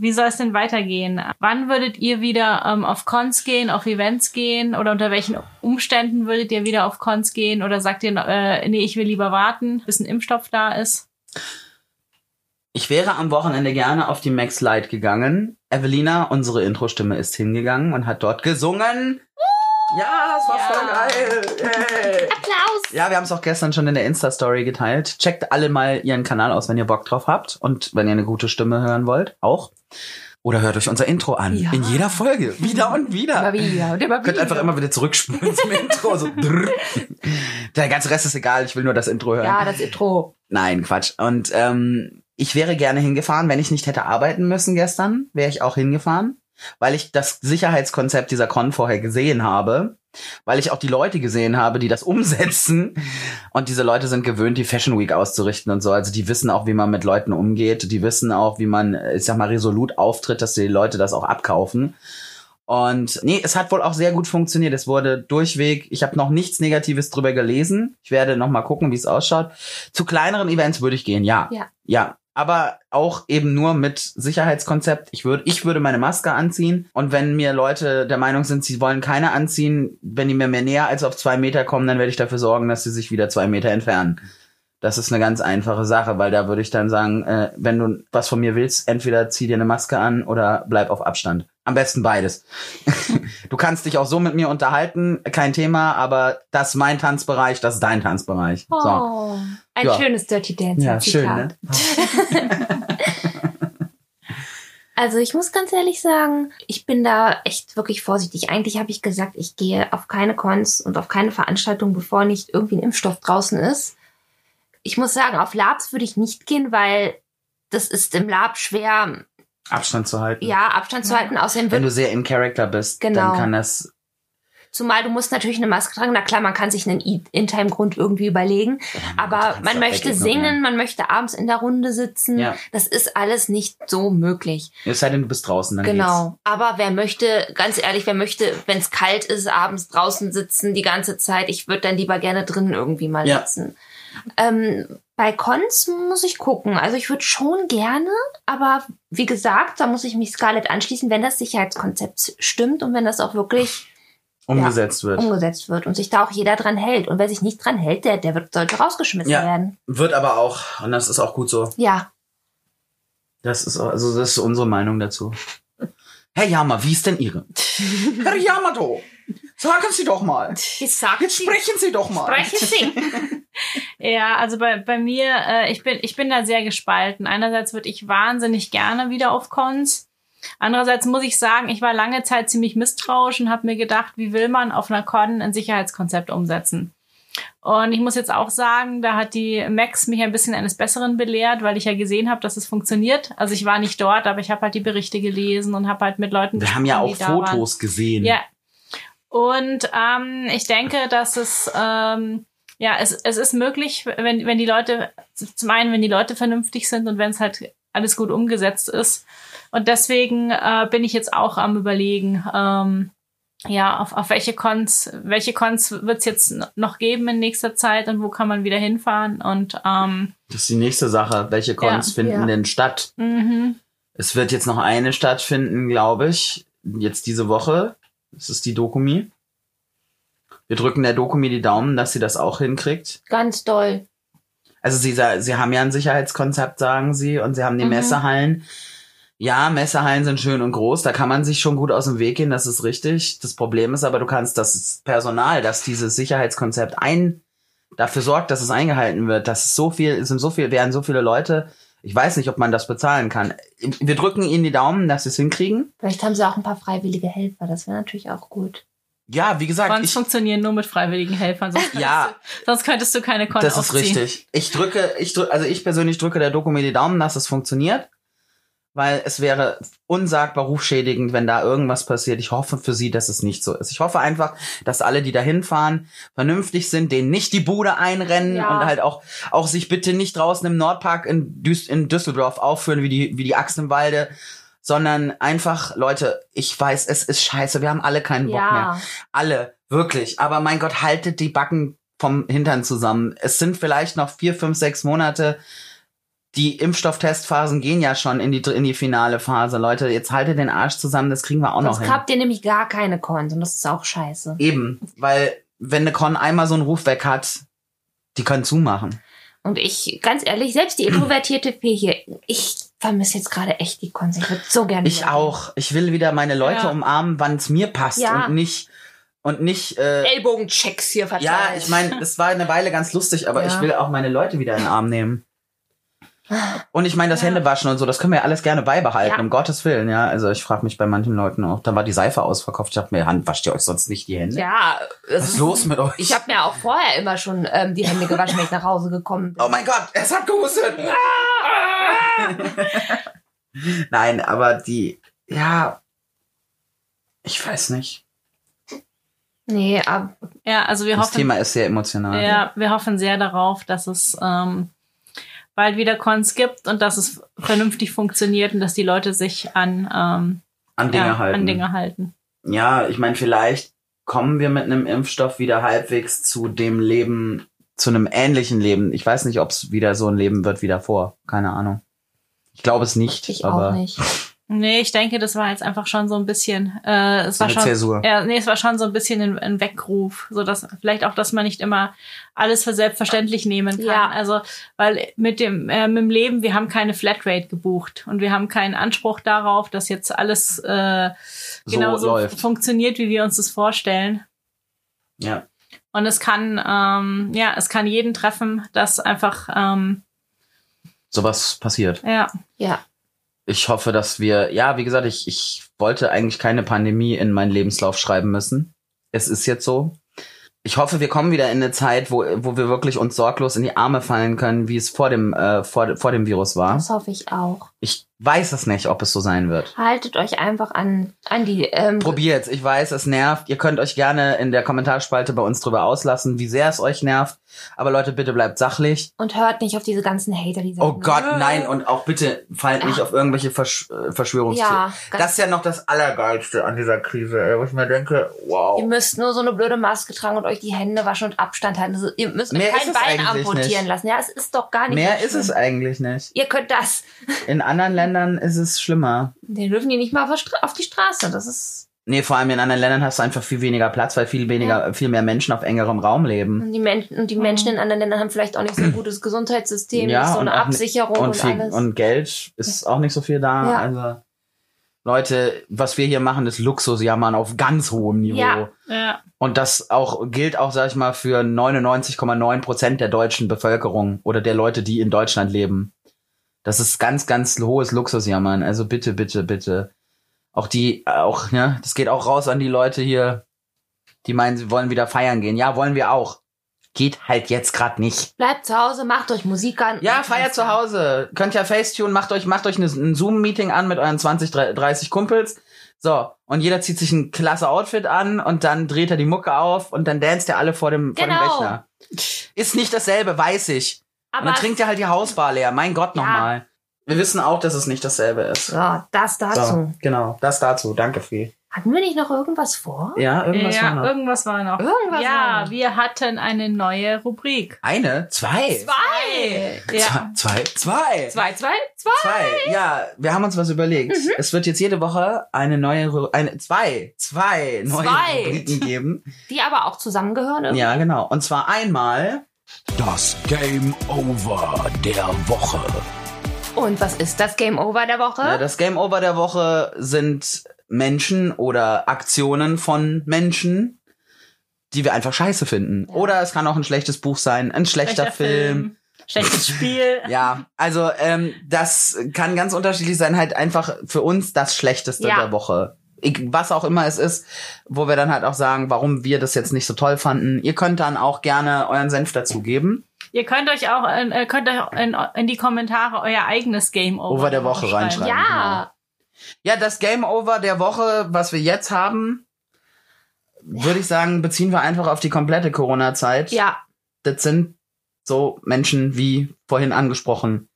[SPEAKER 3] wie soll es denn weitergehen? Wann würdet ihr wieder ähm, auf Cons gehen, auf Events gehen oder unter welchen Umständen würdet ihr wieder auf Cons gehen oder sagt ihr, äh, nee, ich will lieber warten, bis ein Impfstoff da ist?
[SPEAKER 2] Ich wäre am Wochenende gerne auf die Max Light gegangen. Evelina, unsere Intro-Stimme, ist hingegangen und hat dort gesungen. Ja, es war voll geil. Yay.
[SPEAKER 1] Applaus.
[SPEAKER 2] Ja, wir haben es auch gestern schon in der Insta-Story geteilt. Checkt alle mal ihren Kanal aus, wenn ihr Bock drauf habt und wenn ihr eine gute Stimme hören wollt, auch. Oder hört euch unser Intro an.
[SPEAKER 1] Ja.
[SPEAKER 2] In jeder Folge. Wieder und wieder.
[SPEAKER 1] Immer wieder und immer
[SPEAKER 2] Könnt
[SPEAKER 1] wieder.
[SPEAKER 2] einfach immer wieder zurückspulen zum Intro. So. drrr. Der ganze Rest ist egal, ich will nur das Intro hören.
[SPEAKER 1] ja, das Intro.
[SPEAKER 2] Nein, Quatsch. Und ähm, ich wäre gerne hingefahren, wenn ich nicht hätte arbeiten müssen gestern, wäre ich auch hingefahren, weil ich das Sicherheitskonzept dieser Con vorher gesehen habe, weil ich auch die Leute gesehen habe, die das umsetzen. Und diese Leute sind gewöhnt, die Fashion Week auszurichten und so. Also die wissen auch, wie man mit Leuten umgeht. Die wissen auch, wie man, ich sag mal, resolut auftritt, dass die Leute das auch abkaufen. Und nee, es hat wohl auch sehr gut funktioniert. Es wurde durchweg, ich habe noch nichts Negatives drüber gelesen. Ich werde noch mal gucken, wie es ausschaut. Zu kleineren Events würde ich gehen, ja.
[SPEAKER 1] Ja.
[SPEAKER 2] Ja, aber auch eben nur mit Sicherheitskonzept. Ich würde ich würde meine Maske anziehen und wenn mir Leute der Meinung sind, sie wollen keine anziehen, wenn die mir mehr näher als auf zwei Meter kommen, dann werde ich dafür sorgen, dass sie sich wieder zwei Meter entfernen. Das ist eine ganz einfache Sache, weil da würde ich dann sagen, äh, wenn du was von mir willst, entweder zieh dir eine Maske an oder bleib auf Abstand. Am besten beides. du kannst dich auch so mit mir unterhalten, kein Thema, aber das ist mein Tanzbereich, das ist dein Tanzbereich. So.
[SPEAKER 1] Oh, ein
[SPEAKER 2] Ja.
[SPEAKER 1] schönes Dirty Dance.
[SPEAKER 2] Ja,
[SPEAKER 1] Zitat.
[SPEAKER 2] schön, ne?
[SPEAKER 1] Also ich muss ganz ehrlich sagen, ich bin da echt wirklich vorsichtig. Eigentlich habe ich gesagt, ich gehe auf keine Cons und auf keine Veranstaltung, bevor nicht irgendwie ein Impfstoff draußen ist. Ich muss sagen, auf Labs würde ich nicht gehen, weil das ist im Lab schwer,
[SPEAKER 2] Abstand zu halten.
[SPEAKER 1] ja, Abstand zu halten. Außerdem
[SPEAKER 2] Wenn
[SPEAKER 1] wird
[SPEAKER 2] du sehr in Character bist,
[SPEAKER 1] Genau.
[SPEAKER 2] dann kann das
[SPEAKER 1] Zumal du musst natürlich eine Maske tragen. Na klar, man kann sich einen In-Time-Grund irgendwie überlegen. aber
[SPEAKER 2] kannst
[SPEAKER 1] man
[SPEAKER 2] du
[SPEAKER 1] möchte
[SPEAKER 2] auch wegignorieren.
[SPEAKER 1] singen, man möchte abends in der Runde sitzen.
[SPEAKER 2] Ja.
[SPEAKER 1] Das ist alles nicht so möglich.
[SPEAKER 2] Es sei denn, du bist draußen, dann
[SPEAKER 1] Genau. Aber wer möchte, ganz ehrlich, wer möchte, wenn es kalt ist, abends draußen sitzen die ganze Zeit, ich würde dann lieber gerne drinnen irgendwie mal
[SPEAKER 2] Ja.
[SPEAKER 1] sitzen. Ähm, bei Cons muss ich gucken. Also ich würde schon gerne, aber wie gesagt, da muss ich mich Scarlett anschließen, wenn das Sicherheitskonzept stimmt und wenn das auch wirklich
[SPEAKER 2] geht's. Umgesetzt wird.
[SPEAKER 1] umgesetzt wird und sich da auch jeder dran hält. Und wer sich nicht dran hält, der, der wird, sollte rausgeschmissen
[SPEAKER 2] Ja.
[SPEAKER 1] werden.
[SPEAKER 2] Wird aber auch, und das ist auch gut so.
[SPEAKER 1] Ja.
[SPEAKER 2] Das ist, also, das ist unsere Meinung dazu. Herr Yama, wie ist denn Ihre? Herr Yamato, sagen Sie doch mal.
[SPEAKER 1] Ich sag,
[SPEAKER 2] sprechen Sie doch mal.
[SPEAKER 1] sprechen Sie.
[SPEAKER 3] Ja, also bei, bei mir, äh, ich, bin, ich bin da sehr gespalten. Einerseits würde ich wahnsinnig gerne wieder auf Cons. Andererseits muss ich sagen, ich war lange Zeit ziemlich misstrauisch und habe mir gedacht, wie will man auf einer Con ein Sicherheitskonzept umsetzen? Und ich muss jetzt auch sagen, da hat die Max mich ein bisschen eines Besseren belehrt, weil ich ja gesehen habe, dass es funktioniert. Also ich war nicht dort, aber ich habe halt die Berichte gelesen und habe halt mit Leuten
[SPEAKER 2] Wir haben ja auch
[SPEAKER 3] gesprochen, die da waren.
[SPEAKER 2] Fotos gesehen.
[SPEAKER 3] Ja. Und ähm, ich denke, dass es ähm, ja es, es ist möglich, wenn, wenn die Leute, zum einen, wenn die Leute vernünftig sind und wenn es halt alles gut umgesetzt ist. Und deswegen äh, bin ich jetzt auch am überlegen, ähm, ja, auf, auf welche Cons, welche Cons wird es jetzt n- noch geben in nächster Zeit und wo kann man wieder hinfahren? Und ähm,
[SPEAKER 2] Das ist die nächste Sache. Welche Cons
[SPEAKER 3] Ja.
[SPEAKER 2] finden
[SPEAKER 1] Ja.
[SPEAKER 2] denn statt?
[SPEAKER 3] mhm.
[SPEAKER 2] Es wird jetzt noch eine stattfinden, glaube ich. Jetzt diese Woche. Das ist die Dokumi. Wir drücken der Dokumi die Daumen, dass sie das auch hinkriegt.
[SPEAKER 1] Ganz doll.
[SPEAKER 2] Also sie, sa- sie haben ja ein Sicherheitskonzept, sagen sie, und sie haben die
[SPEAKER 3] Mhm.
[SPEAKER 2] Messehallen. Ja, Messehallen sind schön und groß, da kann man sich schon gut aus dem Weg gehen, das ist richtig. Das Problem ist aber, du kannst das Personal, das dieses Sicherheitskonzept ein, dafür sorgt, dass es eingehalten wird, dass es so viel, es sind so viel, werden so viele Leute. Ich weiß nicht, ob man das bezahlen kann. Wir drücken ihnen die Daumen, dass sie es hinkriegen.
[SPEAKER 1] Vielleicht haben sie auch ein paar freiwillige Helfer. Das wäre natürlich auch gut.
[SPEAKER 2] Ja, wie gesagt,
[SPEAKER 3] Cons
[SPEAKER 2] ich,
[SPEAKER 3] funktionieren nur mit freiwilligen Helfern, sonst,
[SPEAKER 2] ja,
[SPEAKER 3] sonst könntest du keine Con
[SPEAKER 2] Das ist
[SPEAKER 3] aufziehen.
[SPEAKER 2] richtig. Ich drücke, ich drücke, also ich persönlich drücke der Doku mir die Daumen, dass es funktioniert, weil es wäre unsagbar rufschädigend, wenn da irgendwas passiert. Ich hoffe für sie, dass es nicht so ist. Ich hoffe einfach, dass alle, die da hinfahren, vernünftig sind, denen nicht die Bude einrennen
[SPEAKER 1] Ja.
[SPEAKER 2] und halt auch, auch sich bitte nicht draußen im Nordpark in, Düs in Düsseldorf aufführen wie die, wie die Axt im Walde. Sondern einfach, Leute, ich weiß, es ist scheiße, wir haben alle keinen Bock mehr.
[SPEAKER 1] Ja,
[SPEAKER 2] Alle, wirklich. Aber mein Gott, haltet die Backen vom Hintern zusammen. Es sind vielleicht noch vier, fünf, sechs Monate. Die Impfstofftestphasen gehen ja schon in die, in die finale Phase. Leute, jetzt haltet den Arsch zusammen, das kriegen wir auch noch
[SPEAKER 1] sonst
[SPEAKER 2] hin.
[SPEAKER 1] habt ihr nämlich gar keine Cons und das ist auch scheiße.
[SPEAKER 2] Eben, weil wenn eine Con einmal so einen Ruf weg hat, die können zumachen.
[SPEAKER 1] Und ich, ganz ehrlich, selbst die introvertierte Fee hier, ich vermisse jetzt gerade echt die Cons. Ich würde so gerne.
[SPEAKER 2] Ich
[SPEAKER 1] wieder.
[SPEAKER 2] auch. Ich will wieder meine Leute
[SPEAKER 3] Ja.
[SPEAKER 2] umarmen, wann es mir passt
[SPEAKER 1] Ja.
[SPEAKER 2] und nicht, und nicht, äh,
[SPEAKER 1] Ellbogenchecks hier verteilen.
[SPEAKER 2] ja, ich meine, es war eine Weile ganz lustig, aber
[SPEAKER 1] Ja.
[SPEAKER 2] ich will auch meine Leute wieder in den Arm nehmen. Und ich meine, das
[SPEAKER 3] Ja.
[SPEAKER 2] Händewaschen und so, das können wir alles gerne beibehalten,
[SPEAKER 1] Ja.
[SPEAKER 2] um Gottes Willen, ja. Also ich frage mich bei manchen Leuten auch. Da war die Seife ausverkauft. Ich dachte mir, Hand, wascht ihr euch sonst nicht die Hände?
[SPEAKER 1] Ja, das
[SPEAKER 2] Was ist
[SPEAKER 1] ist-
[SPEAKER 2] los mit euch?
[SPEAKER 1] Ich habe mir auch vorher immer schon ähm, die Hände gewaschen, wenn ich nach Hause gekommen bin.
[SPEAKER 2] oh mein Gott, es hat gehustet. Nein, aber die, ja, ich weiß nicht.
[SPEAKER 1] Nee, aber
[SPEAKER 3] Ja, also wir
[SPEAKER 2] das
[SPEAKER 3] hoffen,
[SPEAKER 2] Thema ist sehr emotional.
[SPEAKER 3] Ja, wir hoffen sehr darauf, dass es ähm, bald wieder Cons gibt und dass es vernünftig funktioniert und dass die Leute sich an, ähm,
[SPEAKER 2] An Dinge
[SPEAKER 3] ja,
[SPEAKER 2] halten.
[SPEAKER 3] an Dinge halten.
[SPEAKER 2] ja, ich meine, vielleicht kommen wir mit einem Impfstoff wieder halbwegs zu dem Leben, zu einem ähnlichen Leben. Ich weiß nicht, ob es wieder so ein Leben wird wie davor. Keine Ahnung. Ich glaube es nicht,
[SPEAKER 1] ich
[SPEAKER 2] aber
[SPEAKER 1] auch nicht.
[SPEAKER 3] Nee, ich denke, das war jetzt einfach schon so ein bisschen, äh, es
[SPEAKER 2] so
[SPEAKER 3] war
[SPEAKER 2] eine
[SPEAKER 3] schon,
[SPEAKER 2] Zäsur.
[SPEAKER 3] ja, nee, es war schon so ein bisschen ein, ein Weckruf, so dass vielleicht auch, dass man nicht immer alles für selbstverständlich nehmen kann.
[SPEAKER 1] Ja.
[SPEAKER 3] Also, weil mit dem, äh, mit dem Leben, wir haben keine Flatrate gebucht und wir haben keinen Anspruch darauf, dass jetzt alles äh,
[SPEAKER 2] So
[SPEAKER 3] genau so
[SPEAKER 2] läuft.
[SPEAKER 3] funktioniert, wie wir uns das vorstellen.
[SPEAKER 2] Ja.
[SPEAKER 3] Und es kann, ähm, ja, es kann jeden treffen, dass einfach, ähm,
[SPEAKER 2] Sowas passiert.
[SPEAKER 3] ja,
[SPEAKER 1] Ja,
[SPEAKER 2] Ich hoffe, dass wir, ja, wie gesagt, ich, ich wollte eigentlich keine Pandemie in meinen Lebenslauf schreiben müssen. Es ist jetzt so. Ich hoffe, wir kommen wieder in eine Zeit, wo, wo wir wirklich uns sorglos in die Arme fallen können, wie es vor dem, äh, vor, vor dem Virus war.
[SPEAKER 1] das hoffe ich auch.
[SPEAKER 2] ich weiß es nicht, ob es so sein wird.
[SPEAKER 1] Haltet euch einfach an, an die. Ähm,
[SPEAKER 2] Probiert's. Ich weiß, es nervt. Ihr könnt euch gerne in der Kommentarspalte bei uns drüber auslassen, wie sehr es euch nervt. Aber Leute, bitte bleibt sachlich.
[SPEAKER 1] und hört nicht auf diese ganzen Hater, die sagen.
[SPEAKER 2] Oh Gott,
[SPEAKER 1] "Nö."
[SPEAKER 2] nein. Und auch bitte fallt nicht auf irgendwelche Versch äh, Verschwörungstheorien.
[SPEAKER 1] Ja, ganz-
[SPEAKER 2] das ist ja noch das Allergeilste an dieser Krise, ey, wo ich mir denke, wow.
[SPEAKER 1] Ihr müsst nur so eine blöde Maske tragen und euch die Hände waschen und Abstand halten. Also, ihr müsst
[SPEAKER 2] Mehr
[SPEAKER 1] euch
[SPEAKER 2] ist
[SPEAKER 1] kein
[SPEAKER 2] es
[SPEAKER 1] Bein
[SPEAKER 2] eigentlich
[SPEAKER 1] amputieren
[SPEAKER 2] nicht.
[SPEAKER 1] lassen. Ja, es ist doch gar nicht.
[SPEAKER 2] Mehr
[SPEAKER 1] so
[SPEAKER 2] ist
[SPEAKER 1] schlimm.
[SPEAKER 2] es eigentlich nicht.
[SPEAKER 1] Ihr könnt das.
[SPEAKER 2] In anderen Ländern ist es schlimmer.
[SPEAKER 1] Den dürfen die nicht mal auf der Stra- auf die Straße. Das ist.
[SPEAKER 2] Nee, vor allem in anderen Ländern hast du einfach viel weniger Platz, weil viel weniger, viel mehr Menschen auf engerem Raum leben.
[SPEAKER 1] Und die, Men und die Menschen in anderen Ländern haben vielleicht auch nicht so ein gutes Gesundheitssystem,
[SPEAKER 2] Ja,
[SPEAKER 1] nicht so
[SPEAKER 2] und
[SPEAKER 1] eine
[SPEAKER 2] auch nicht-
[SPEAKER 1] Absicherung
[SPEAKER 2] Und,
[SPEAKER 1] und,
[SPEAKER 2] viel,
[SPEAKER 1] alles.
[SPEAKER 2] und Geld ist auch nicht so viel da.
[SPEAKER 1] Ja.
[SPEAKER 2] Also, Leute, was wir hier machen, ist Luxusjammern auf ganz hohem Niveau.
[SPEAKER 1] Ja.
[SPEAKER 3] Ja.
[SPEAKER 2] Und das auch gilt auch, sag ich mal, für 99,9 Prozent der deutschen Bevölkerung oder der Leute, die in Deutschland leben. Das ist ganz, ganz hohes Luxusjammern. Also bitte, bitte, bitte. Auch die, äh, auch, ja, das geht auch raus an die Leute hier, die meinen, sie wollen wieder feiern gehen. Ja, wollen wir auch. Geht halt jetzt gerade nicht.
[SPEAKER 1] Bleibt zu Hause, macht euch Musik an.
[SPEAKER 2] Ja,
[SPEAKER 1] und-
[SPEAKER 2] feiert zu Hause. Könnt ja Facetune, macht euch, macht euch eine, ein Zoom-Meeting an mit euren 20, 30 Kumpels. So, und jeder zieht sich ein klasse Outfit an und dann dreht er die Mucke auf und dann danst ihr alle vor dem, vor dem
[SPEAKER 1] Genau.
[SPEAKER 2] Rechner. Ist nicht dasselbe, weiß ich. und
[SPEAKER 1] Aber
[SPEAKER 2] dann trinkt ihr halt die Hausbar leer. Mein Gott
[SPEAKER 1] Ja.
[SPEAKER 2] nochmal. Wir wissen auch, dass es nicht dasselbe ist.
[SPEAKER 1] ja, das dazu.
[SPEAKER 2] So, genau. Das dazu. Danke, Fee.
[SPEAKER 1] Hatten wir nicht noch irgendwas vor?
[SPEAKER 2] Ja, irgendwas
[SPEAKER 3] ja,
[SPEAKER 2] war noch.
[SPEAKER 3] irgendwas war noch.
[SPEAKER 1] Irgendwas war
[SPEAKER 3] ja,
[SPEAKER 1] noch.
[SPEAKER 3] wir hatten eine neue Rubrik.
[SPEAKER 2] Eine? Zwei?
[SPEAKER 1] Zwei!
[SPEAKER 3] Ja.
[SPEAKER 2] Zwei? Zwei?
[SPEAKER 1] Zwei, zwei, zwei!
[SPEAKER 2] Zwei, ja, wir haben uns was überlegt. Es wird jetzt jede Woche eine neue, Ru- eine, zwei, zwei neue
[SPEAKER 1] Zwei.
[SPEAKER 2] Rubriken geben.
[SPEAKER 1] Die aber auch zusammengehören. irgendwie.
[SPEAKER 2] Ja, genau. Und zwar einmal,
[SPEAKER 5] Das Game Over der Woche.
[SPEAKER 1] Und was ist das Game Over der Woche?
[SPEAKER 2] äh, das Game Over der Woche sind Menschen oder Aktionen von Menschen, die wir einfach scheiße finden. Oder es kann auch ein schlechtes Buch sein, ein schlechter, Film.
[SPEAKER 3] Schlechtes Spiel.
[SPEAKER 2] Ja, also ähm, das kann ganz unterschiedlich sein, halt einfach für uns das Schlechteste
[SPEAKER 1] Ja.
[SPEAKER 2] der Woche. Ich, was auch immer es ist, wo wir dann halt auch sagen, warum wir das jetzt nicht so toll fanden. Ihr könnt dann auch gerne euren Senf dazugeben.
[SPEAKER 3] Ihr könnt euch auch in, äh, könnt euch in, in die Kommentare euer eigenes Game Over,
[SPEAKER 2] Over der Woche
[SPEAKER 3] schreiben.
[SPEAKER 2] reinschreiben.
[SPEAKER 1] ja.
[SPEAKER 2] Ja, das Game Over der Woche, was wir jetzt haben, würde ich sagen, beziehen wir einfach auf die komplette Corona-Zeit.
[SPEAKER 1] ja.
[SPEAKER 2] Das sind so Menschen wie vorhin angesprochen.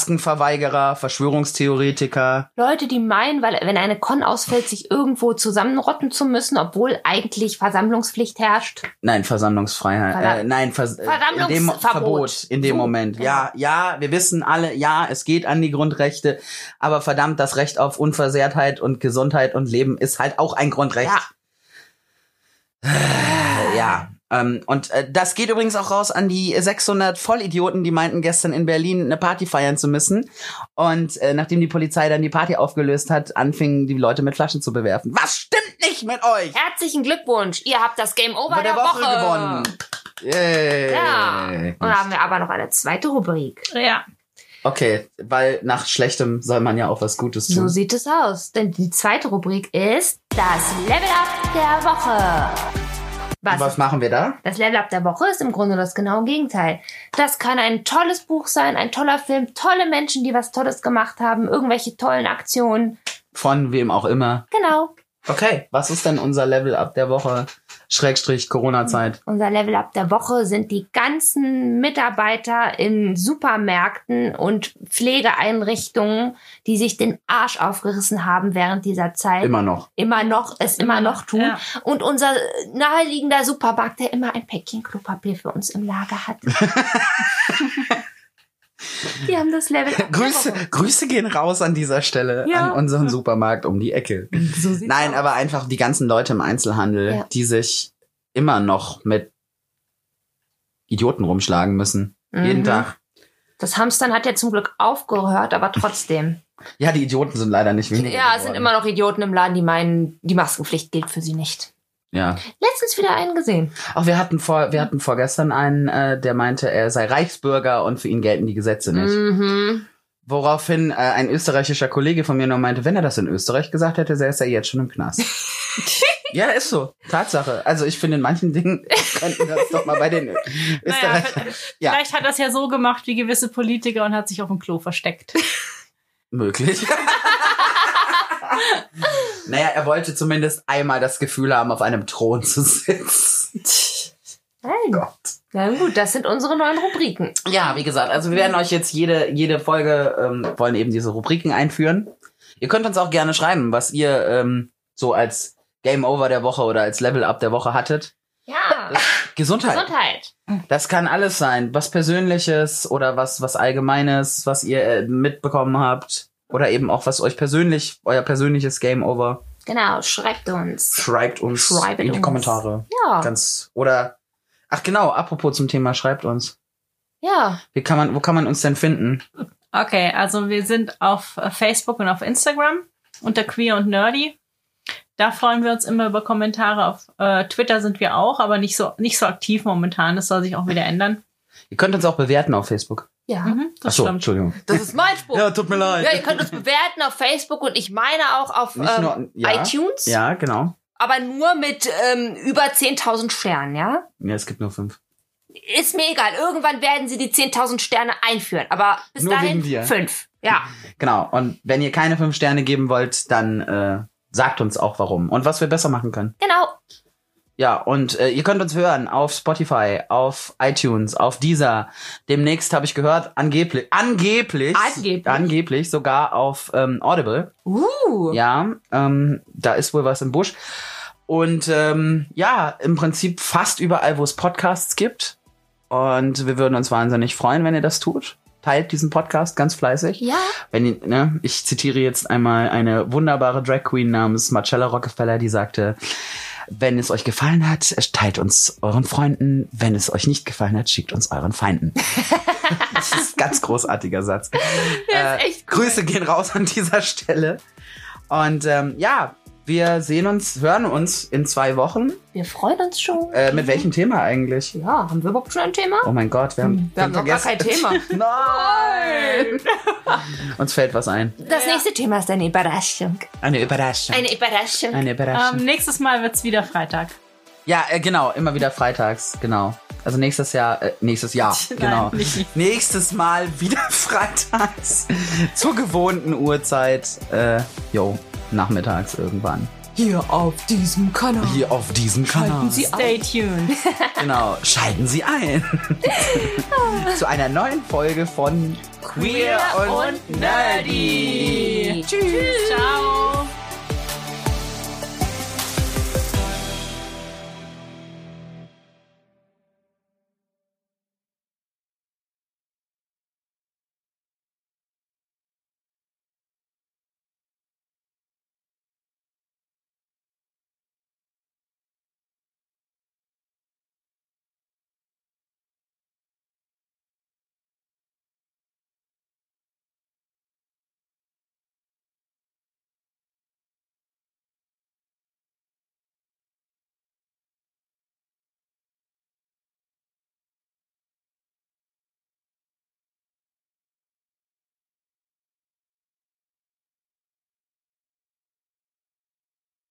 [SPEAKER 2] Maskenverweigerer, Verschwörungstheoretiker,
[SPEAKER 1] Leute, die meinen, weil wenn eine Con ausfällt, sich irgendwo zusammenrotten zu müssen, obwohl eigentlich Versammlungspflicht herrscht.
[SPEAKER 2] Nein, Versammlungsfreiheit.
[SPEAKER 1] Verda-
[SPEAKER 2] äh, nein, Vers
[SPEAKER 1] Versammlungs-
[SPEAKER 2] in dem Mo-
[SPEAKER 1] Verbot.
[SPEAKER 2] Verbot in dem
[SPEAKER 1] So,
[SPEAKER 2] Moment.
[SPEAKER 1] genau.
[SPEAKER 2] Ja, ja, wir wissen alle, ja, es geht an die Grundrechte, aber verdammt, das Recht auf Unversehrtheit und Gesundheit und Leben ist halt auch ein Grundrecht. Ja. ja. Ähm, und äh, das geht übrigens auch raus an die 600 Vollidioten, die meinten gestern in Berlin eine Party feiern zu müssen. Und äh, nachdem die Polizei dann die Party aufgelöst hat, anfingen die Leute mit Flaschen zu bewerfen. Was stimmt nicht mit euch?
[SPEAKER 1] Herzlichen Glückwunsch, ihr habt das Game Over
[SPEAKER 2] Bei
[SPEAKER 1] der,
[SPEAKER 2] der Woche gewonnen. Yay.
[SPEAKER 1] Ja. Und da haben wir aber noch eine zweite Rubrik.
[SPEAKER 3] Ja.
[SPEAKER 2] Okay, weil nach Schlechtem soll man ja auch was Gutes
[SPEAKER 1] So
[SPEAKER 2] tun.
[SPEAKER 1] sieht es aus. Denn die zweite Rubrik ist das Level Up der Woche.
[SPEAKER 2] Und was machen wir da?
[SPEAKER 1] Das Level Up der Woche ist im Grunde das genaue Gegenteil. Das kann ein tolles Buch sein, ein toller Film, tolle Menschen, die was Tolles gemacht haben, irgendwelche tollen Aktionen.
[SPEAKER 2] Von wem auch immer.
[SPEAKER 1] Genau.
[SPEAKER 2] Okay, was ist denn unser Level Up der Woche? Schrägstrich Corona-Zeit.
[SPEAKER 1] Unser Level Up der Woche sind die ganzen Mitarbeiter in Supermärkten und Pflegeeinrichtungen, die sich den Arsch aufgerissen haben während dieser Zeit.
[SPEAKER 2] Immer noch.
[SPEAKER 1] Immer noch, es immer noch tun.
[SPEAKER 3] Ja.
[SPEAKER 1] Und unser naheliegender Supermarkt, der immer ein Päckchen Klopapier für uns im Lager hat. die haben das Level Up. der
[SPEAKER 2] Grüße,
[SPEAKER 1] Woche.
[SPEAKER 2] Grüße gehen raus an dieser Stelle
[SPEAKER 3] Ja.
[SPEAKER 2] an unseren Supermarkt um die Ecke.
[SPEAKER 3] So sieht's
[SPEAKER 2] Nein,
[SPEAKER 3] aus.
[SPEAKER 2] aber einfach die ganzen Leute im Einzelhandel,
[SPEAKER 1] Ja.
[SPEAKER 2] die sich immer noch mit Idioten rumschlagen müssen. Jeden
[SPEAKER 1] Mhm.
[SPEAKER 2] Tag.
[SPEAKER 1] Das Hamstern hat ja zum Glück aufgehört, aber trotzdem.
[SPEAKER 2] Ja, die Idioten sind leider nicht weniger.
[SPEAKER 1] ja, es sind
[SPEAKER 2] geworden.
[SPEAKER 1] immer noch Idioten im Laden, die meinen, die Maskenpflicht gilt für sie nicht.
[SPEAKER 2] Ja.
[SPEAKER 1] Letztens wieder einen gesehen.
[SPEAKER 2] Auch wir hatten vor, wir hatten vorgestern einen, äh, der meinte, er sei Reichsbürger und für ihn gelten die Gesetze nicht.
[SPEAKER 1] Mhm.
[SPEAKER 2] Woraufhin äh, ein österreichischer Kollege von mir nur meinte, wenn er das in Österreich gesagt hätte, säße er jetzt schon im Knast. ja, ist so. Tatsache. Also ich finde, in manchen Dingen könnten wir das doch mal bei den Ö-
[SPEAKER 3] Naja,
[SPEAKER 2] Österreichern. Ja.
[SPEAKER 3] Vielleicht hat das ja so gemacht wie gewisse Politiker und hat sich auf dem Klo versteckt.
[SPEAKER 2] möglich. naja, er wollte zumindest einmal das Gefühl haben, auf einem Thron zu sitzen.
[SPEAKER 1] Nein. Na gut, das sind unsere neuen Rubriken.
[SPEAKER 2] Ja, wie gesagt, also wir werden euch jetzt jede, jede Folge, ähm, wollen eben diese Rubriken einführen. Ihr könnt uns auch gerne schreiben, was ihr ähm, so als Game Over der Woche oder als Level Up der Woche hattet.
[SPEAKER 1] Ja.
[SPEAKER 2] Gesundheit.
[SPEAKER 1] Gesundheit.
[SPEAKER 2] Das kann alles sein. Was Persönliches oder was, was Allgemeines, was ihr äh, mitbekommen habt. Oder eben auch was euch persönlich, euer persönliches Game Over.
[SPEAKER 1] Genau, schreibt uns.
[SPEAKER 2] Schreibt uns
[SPEAKER 1] Schreibt
[SPEAKER 2] in die
[SPEAKER 1] uns.
[SPEAKER 2] Kommentare.
[SPEAKER 1] Ja.
[SPEAKER 2] Ganz. Oder. Ach genau, apropos zum Thema, schreibt uns.
[SPEAKER 1] ja.
[SPEAKER 2] Wie kann man, wo kann man uns denn finden?
[SPEAKER 3] Okay, also wir sind auf äh, Facebook und auf Instagram unter Queer und Nerdy. Da freuen wir uns immer über Kommentare. Auf äh, Twitter sind wir auch, aber nicht so, nicht so aktiv momentan. Das soll sich auch wieder ändern.
[SPEAKER 2] Ihr könnt uns auch bewerten auf Facebook.
[SPEAKER 1] Ja.
[SPEAKER 3] Mhm, das
[SPEAKER 2] Achso,
[SPEAKER 3] stimmt.
[SPEAKER 2] Entschuldigung.
[SPEAKER 1] Das ist mein
[SPEAKER 4] Oh.
[SPEAKER 1] Spruch.
[SPEAKER 2] Ja, tut mir leid.
[SPEAKER 1] Ja, ihr könnt uns bewerten auf Facebook und ich meine auch auf
[SPEAKER 2] Nicht
[SPEAKER 1] ähm,
[SPEAKER 2] nur- ja.
[SPEAKER 1] iTunes,
[SPEAKER 2] Ja, genau.
[SPEAKER 1] aber nur mit ähm, über 10.000 Sternen, ja?
[SPEAKER 2] Ja, es gibt nur fünf.
[SPEAKER 1] Ist mir egal. Irgendwann werden sie die 10.000 Sterne einführen, aber bis
[SPEAKER 2] Nur wegen
[SPEAKER 1] dahin
[SPEAKER 2] dir.
[SPEAKER 1] fünf. Ja.
[SPEAKER 2] Genau. Und wenn ihr keine fünf Sterne geben wollt, dann äh, sagt uns auch warum und was wir besser machen können.
[SPEAKER 1] Genau.
[SPEAKER 2] Ja, und äh, ihr könnt uns hören auf Spotify, auf iTunes, auf dieser. Demnächst habe ich gehört, angeblich, angeblich,
[SPEAKER 1] Angeblich.
[SPEAKER 2] angeblich sogar auf ähm, Audible.
[SPEAKER 1] Uh.
[SPEAKER 2] Ja, ähm, da ist wohl was im Busch. Und ähm, ja, im Prinzip fast überall, wo es Podcasts gibt. Und wir würden uns wahnsinnig freuen, wenn ihr das tut. Teilt diesen Podcast ganz fleißig.
[SPEAKER 1] Ja.
[SPEAKER 2] Wenn, ihr- ne, ich zitiere jetzt einmal eine wunderbare Drag Queen namens Marcella Rockefeller, die sagte, wenn es euch gefallen hat, teilt uns euren Freunden. Wenn es euch nicht gefallen hat, schickt uns euren Feinden. das ist ein ganz großartiger Satz. Äh,
[SPEAKER 1] echt cool.
[SPEAKER 2] Grüße gehen raus an dieser Stelle. Und ähm, ja, wir sehen uns, hören uns in zwei Wochen.
[SPEAKER 1] Wir freuen uns schon.
[SPEAKER 2] Äh, mit welchem Thema eigentlich?
[SPEAKER 1] Ja, haben wir überhaupt schon ein Thema?
[SPEAKER 2] Oh mein Gott, wir haben,
[SPEAKER 1] Hm. Wir haben noch gar kein Thema.
[SPEAKER 2] Nein! Uns fällt was ein.
[SPEAKER 1] Das nächste Thema ist eine Überraschung.
[SPEAKER 2] Eine Überraschung.
[SPEAKER 1] Eine Überraschung.
[SPEAKER 2] Eine Überraschung.
[SPEAKER 3] Ähm, nächstes Mal wird's wieder Freitag.
[SPEAKER 2] Ja, äh, genau, immer wieder freitags, genau. Also nächstes Jahr, äh, nächstes Jahr,
[SPEAKER 3] Nein,
[SPEAKER 2] genau.
[SPEAKER 3] nicht.
[SPEAKER 2] Nächstes Mal wieder freitags zur gewohnten Uhrzeit. Äh, jo, nachmittags irgendwann.
[SPEAKER 1] Hier auf diesem Kanal.
[SPEAKER 2] Hier auf diesem Kanal.
[SPEAKER 3] Stay tuned.
[SPEAKER 2] Genau, schalten Sie ein. Zu einer neuen Folge von Queer, und Nerdy.
[SPEAKER 3] Ciao.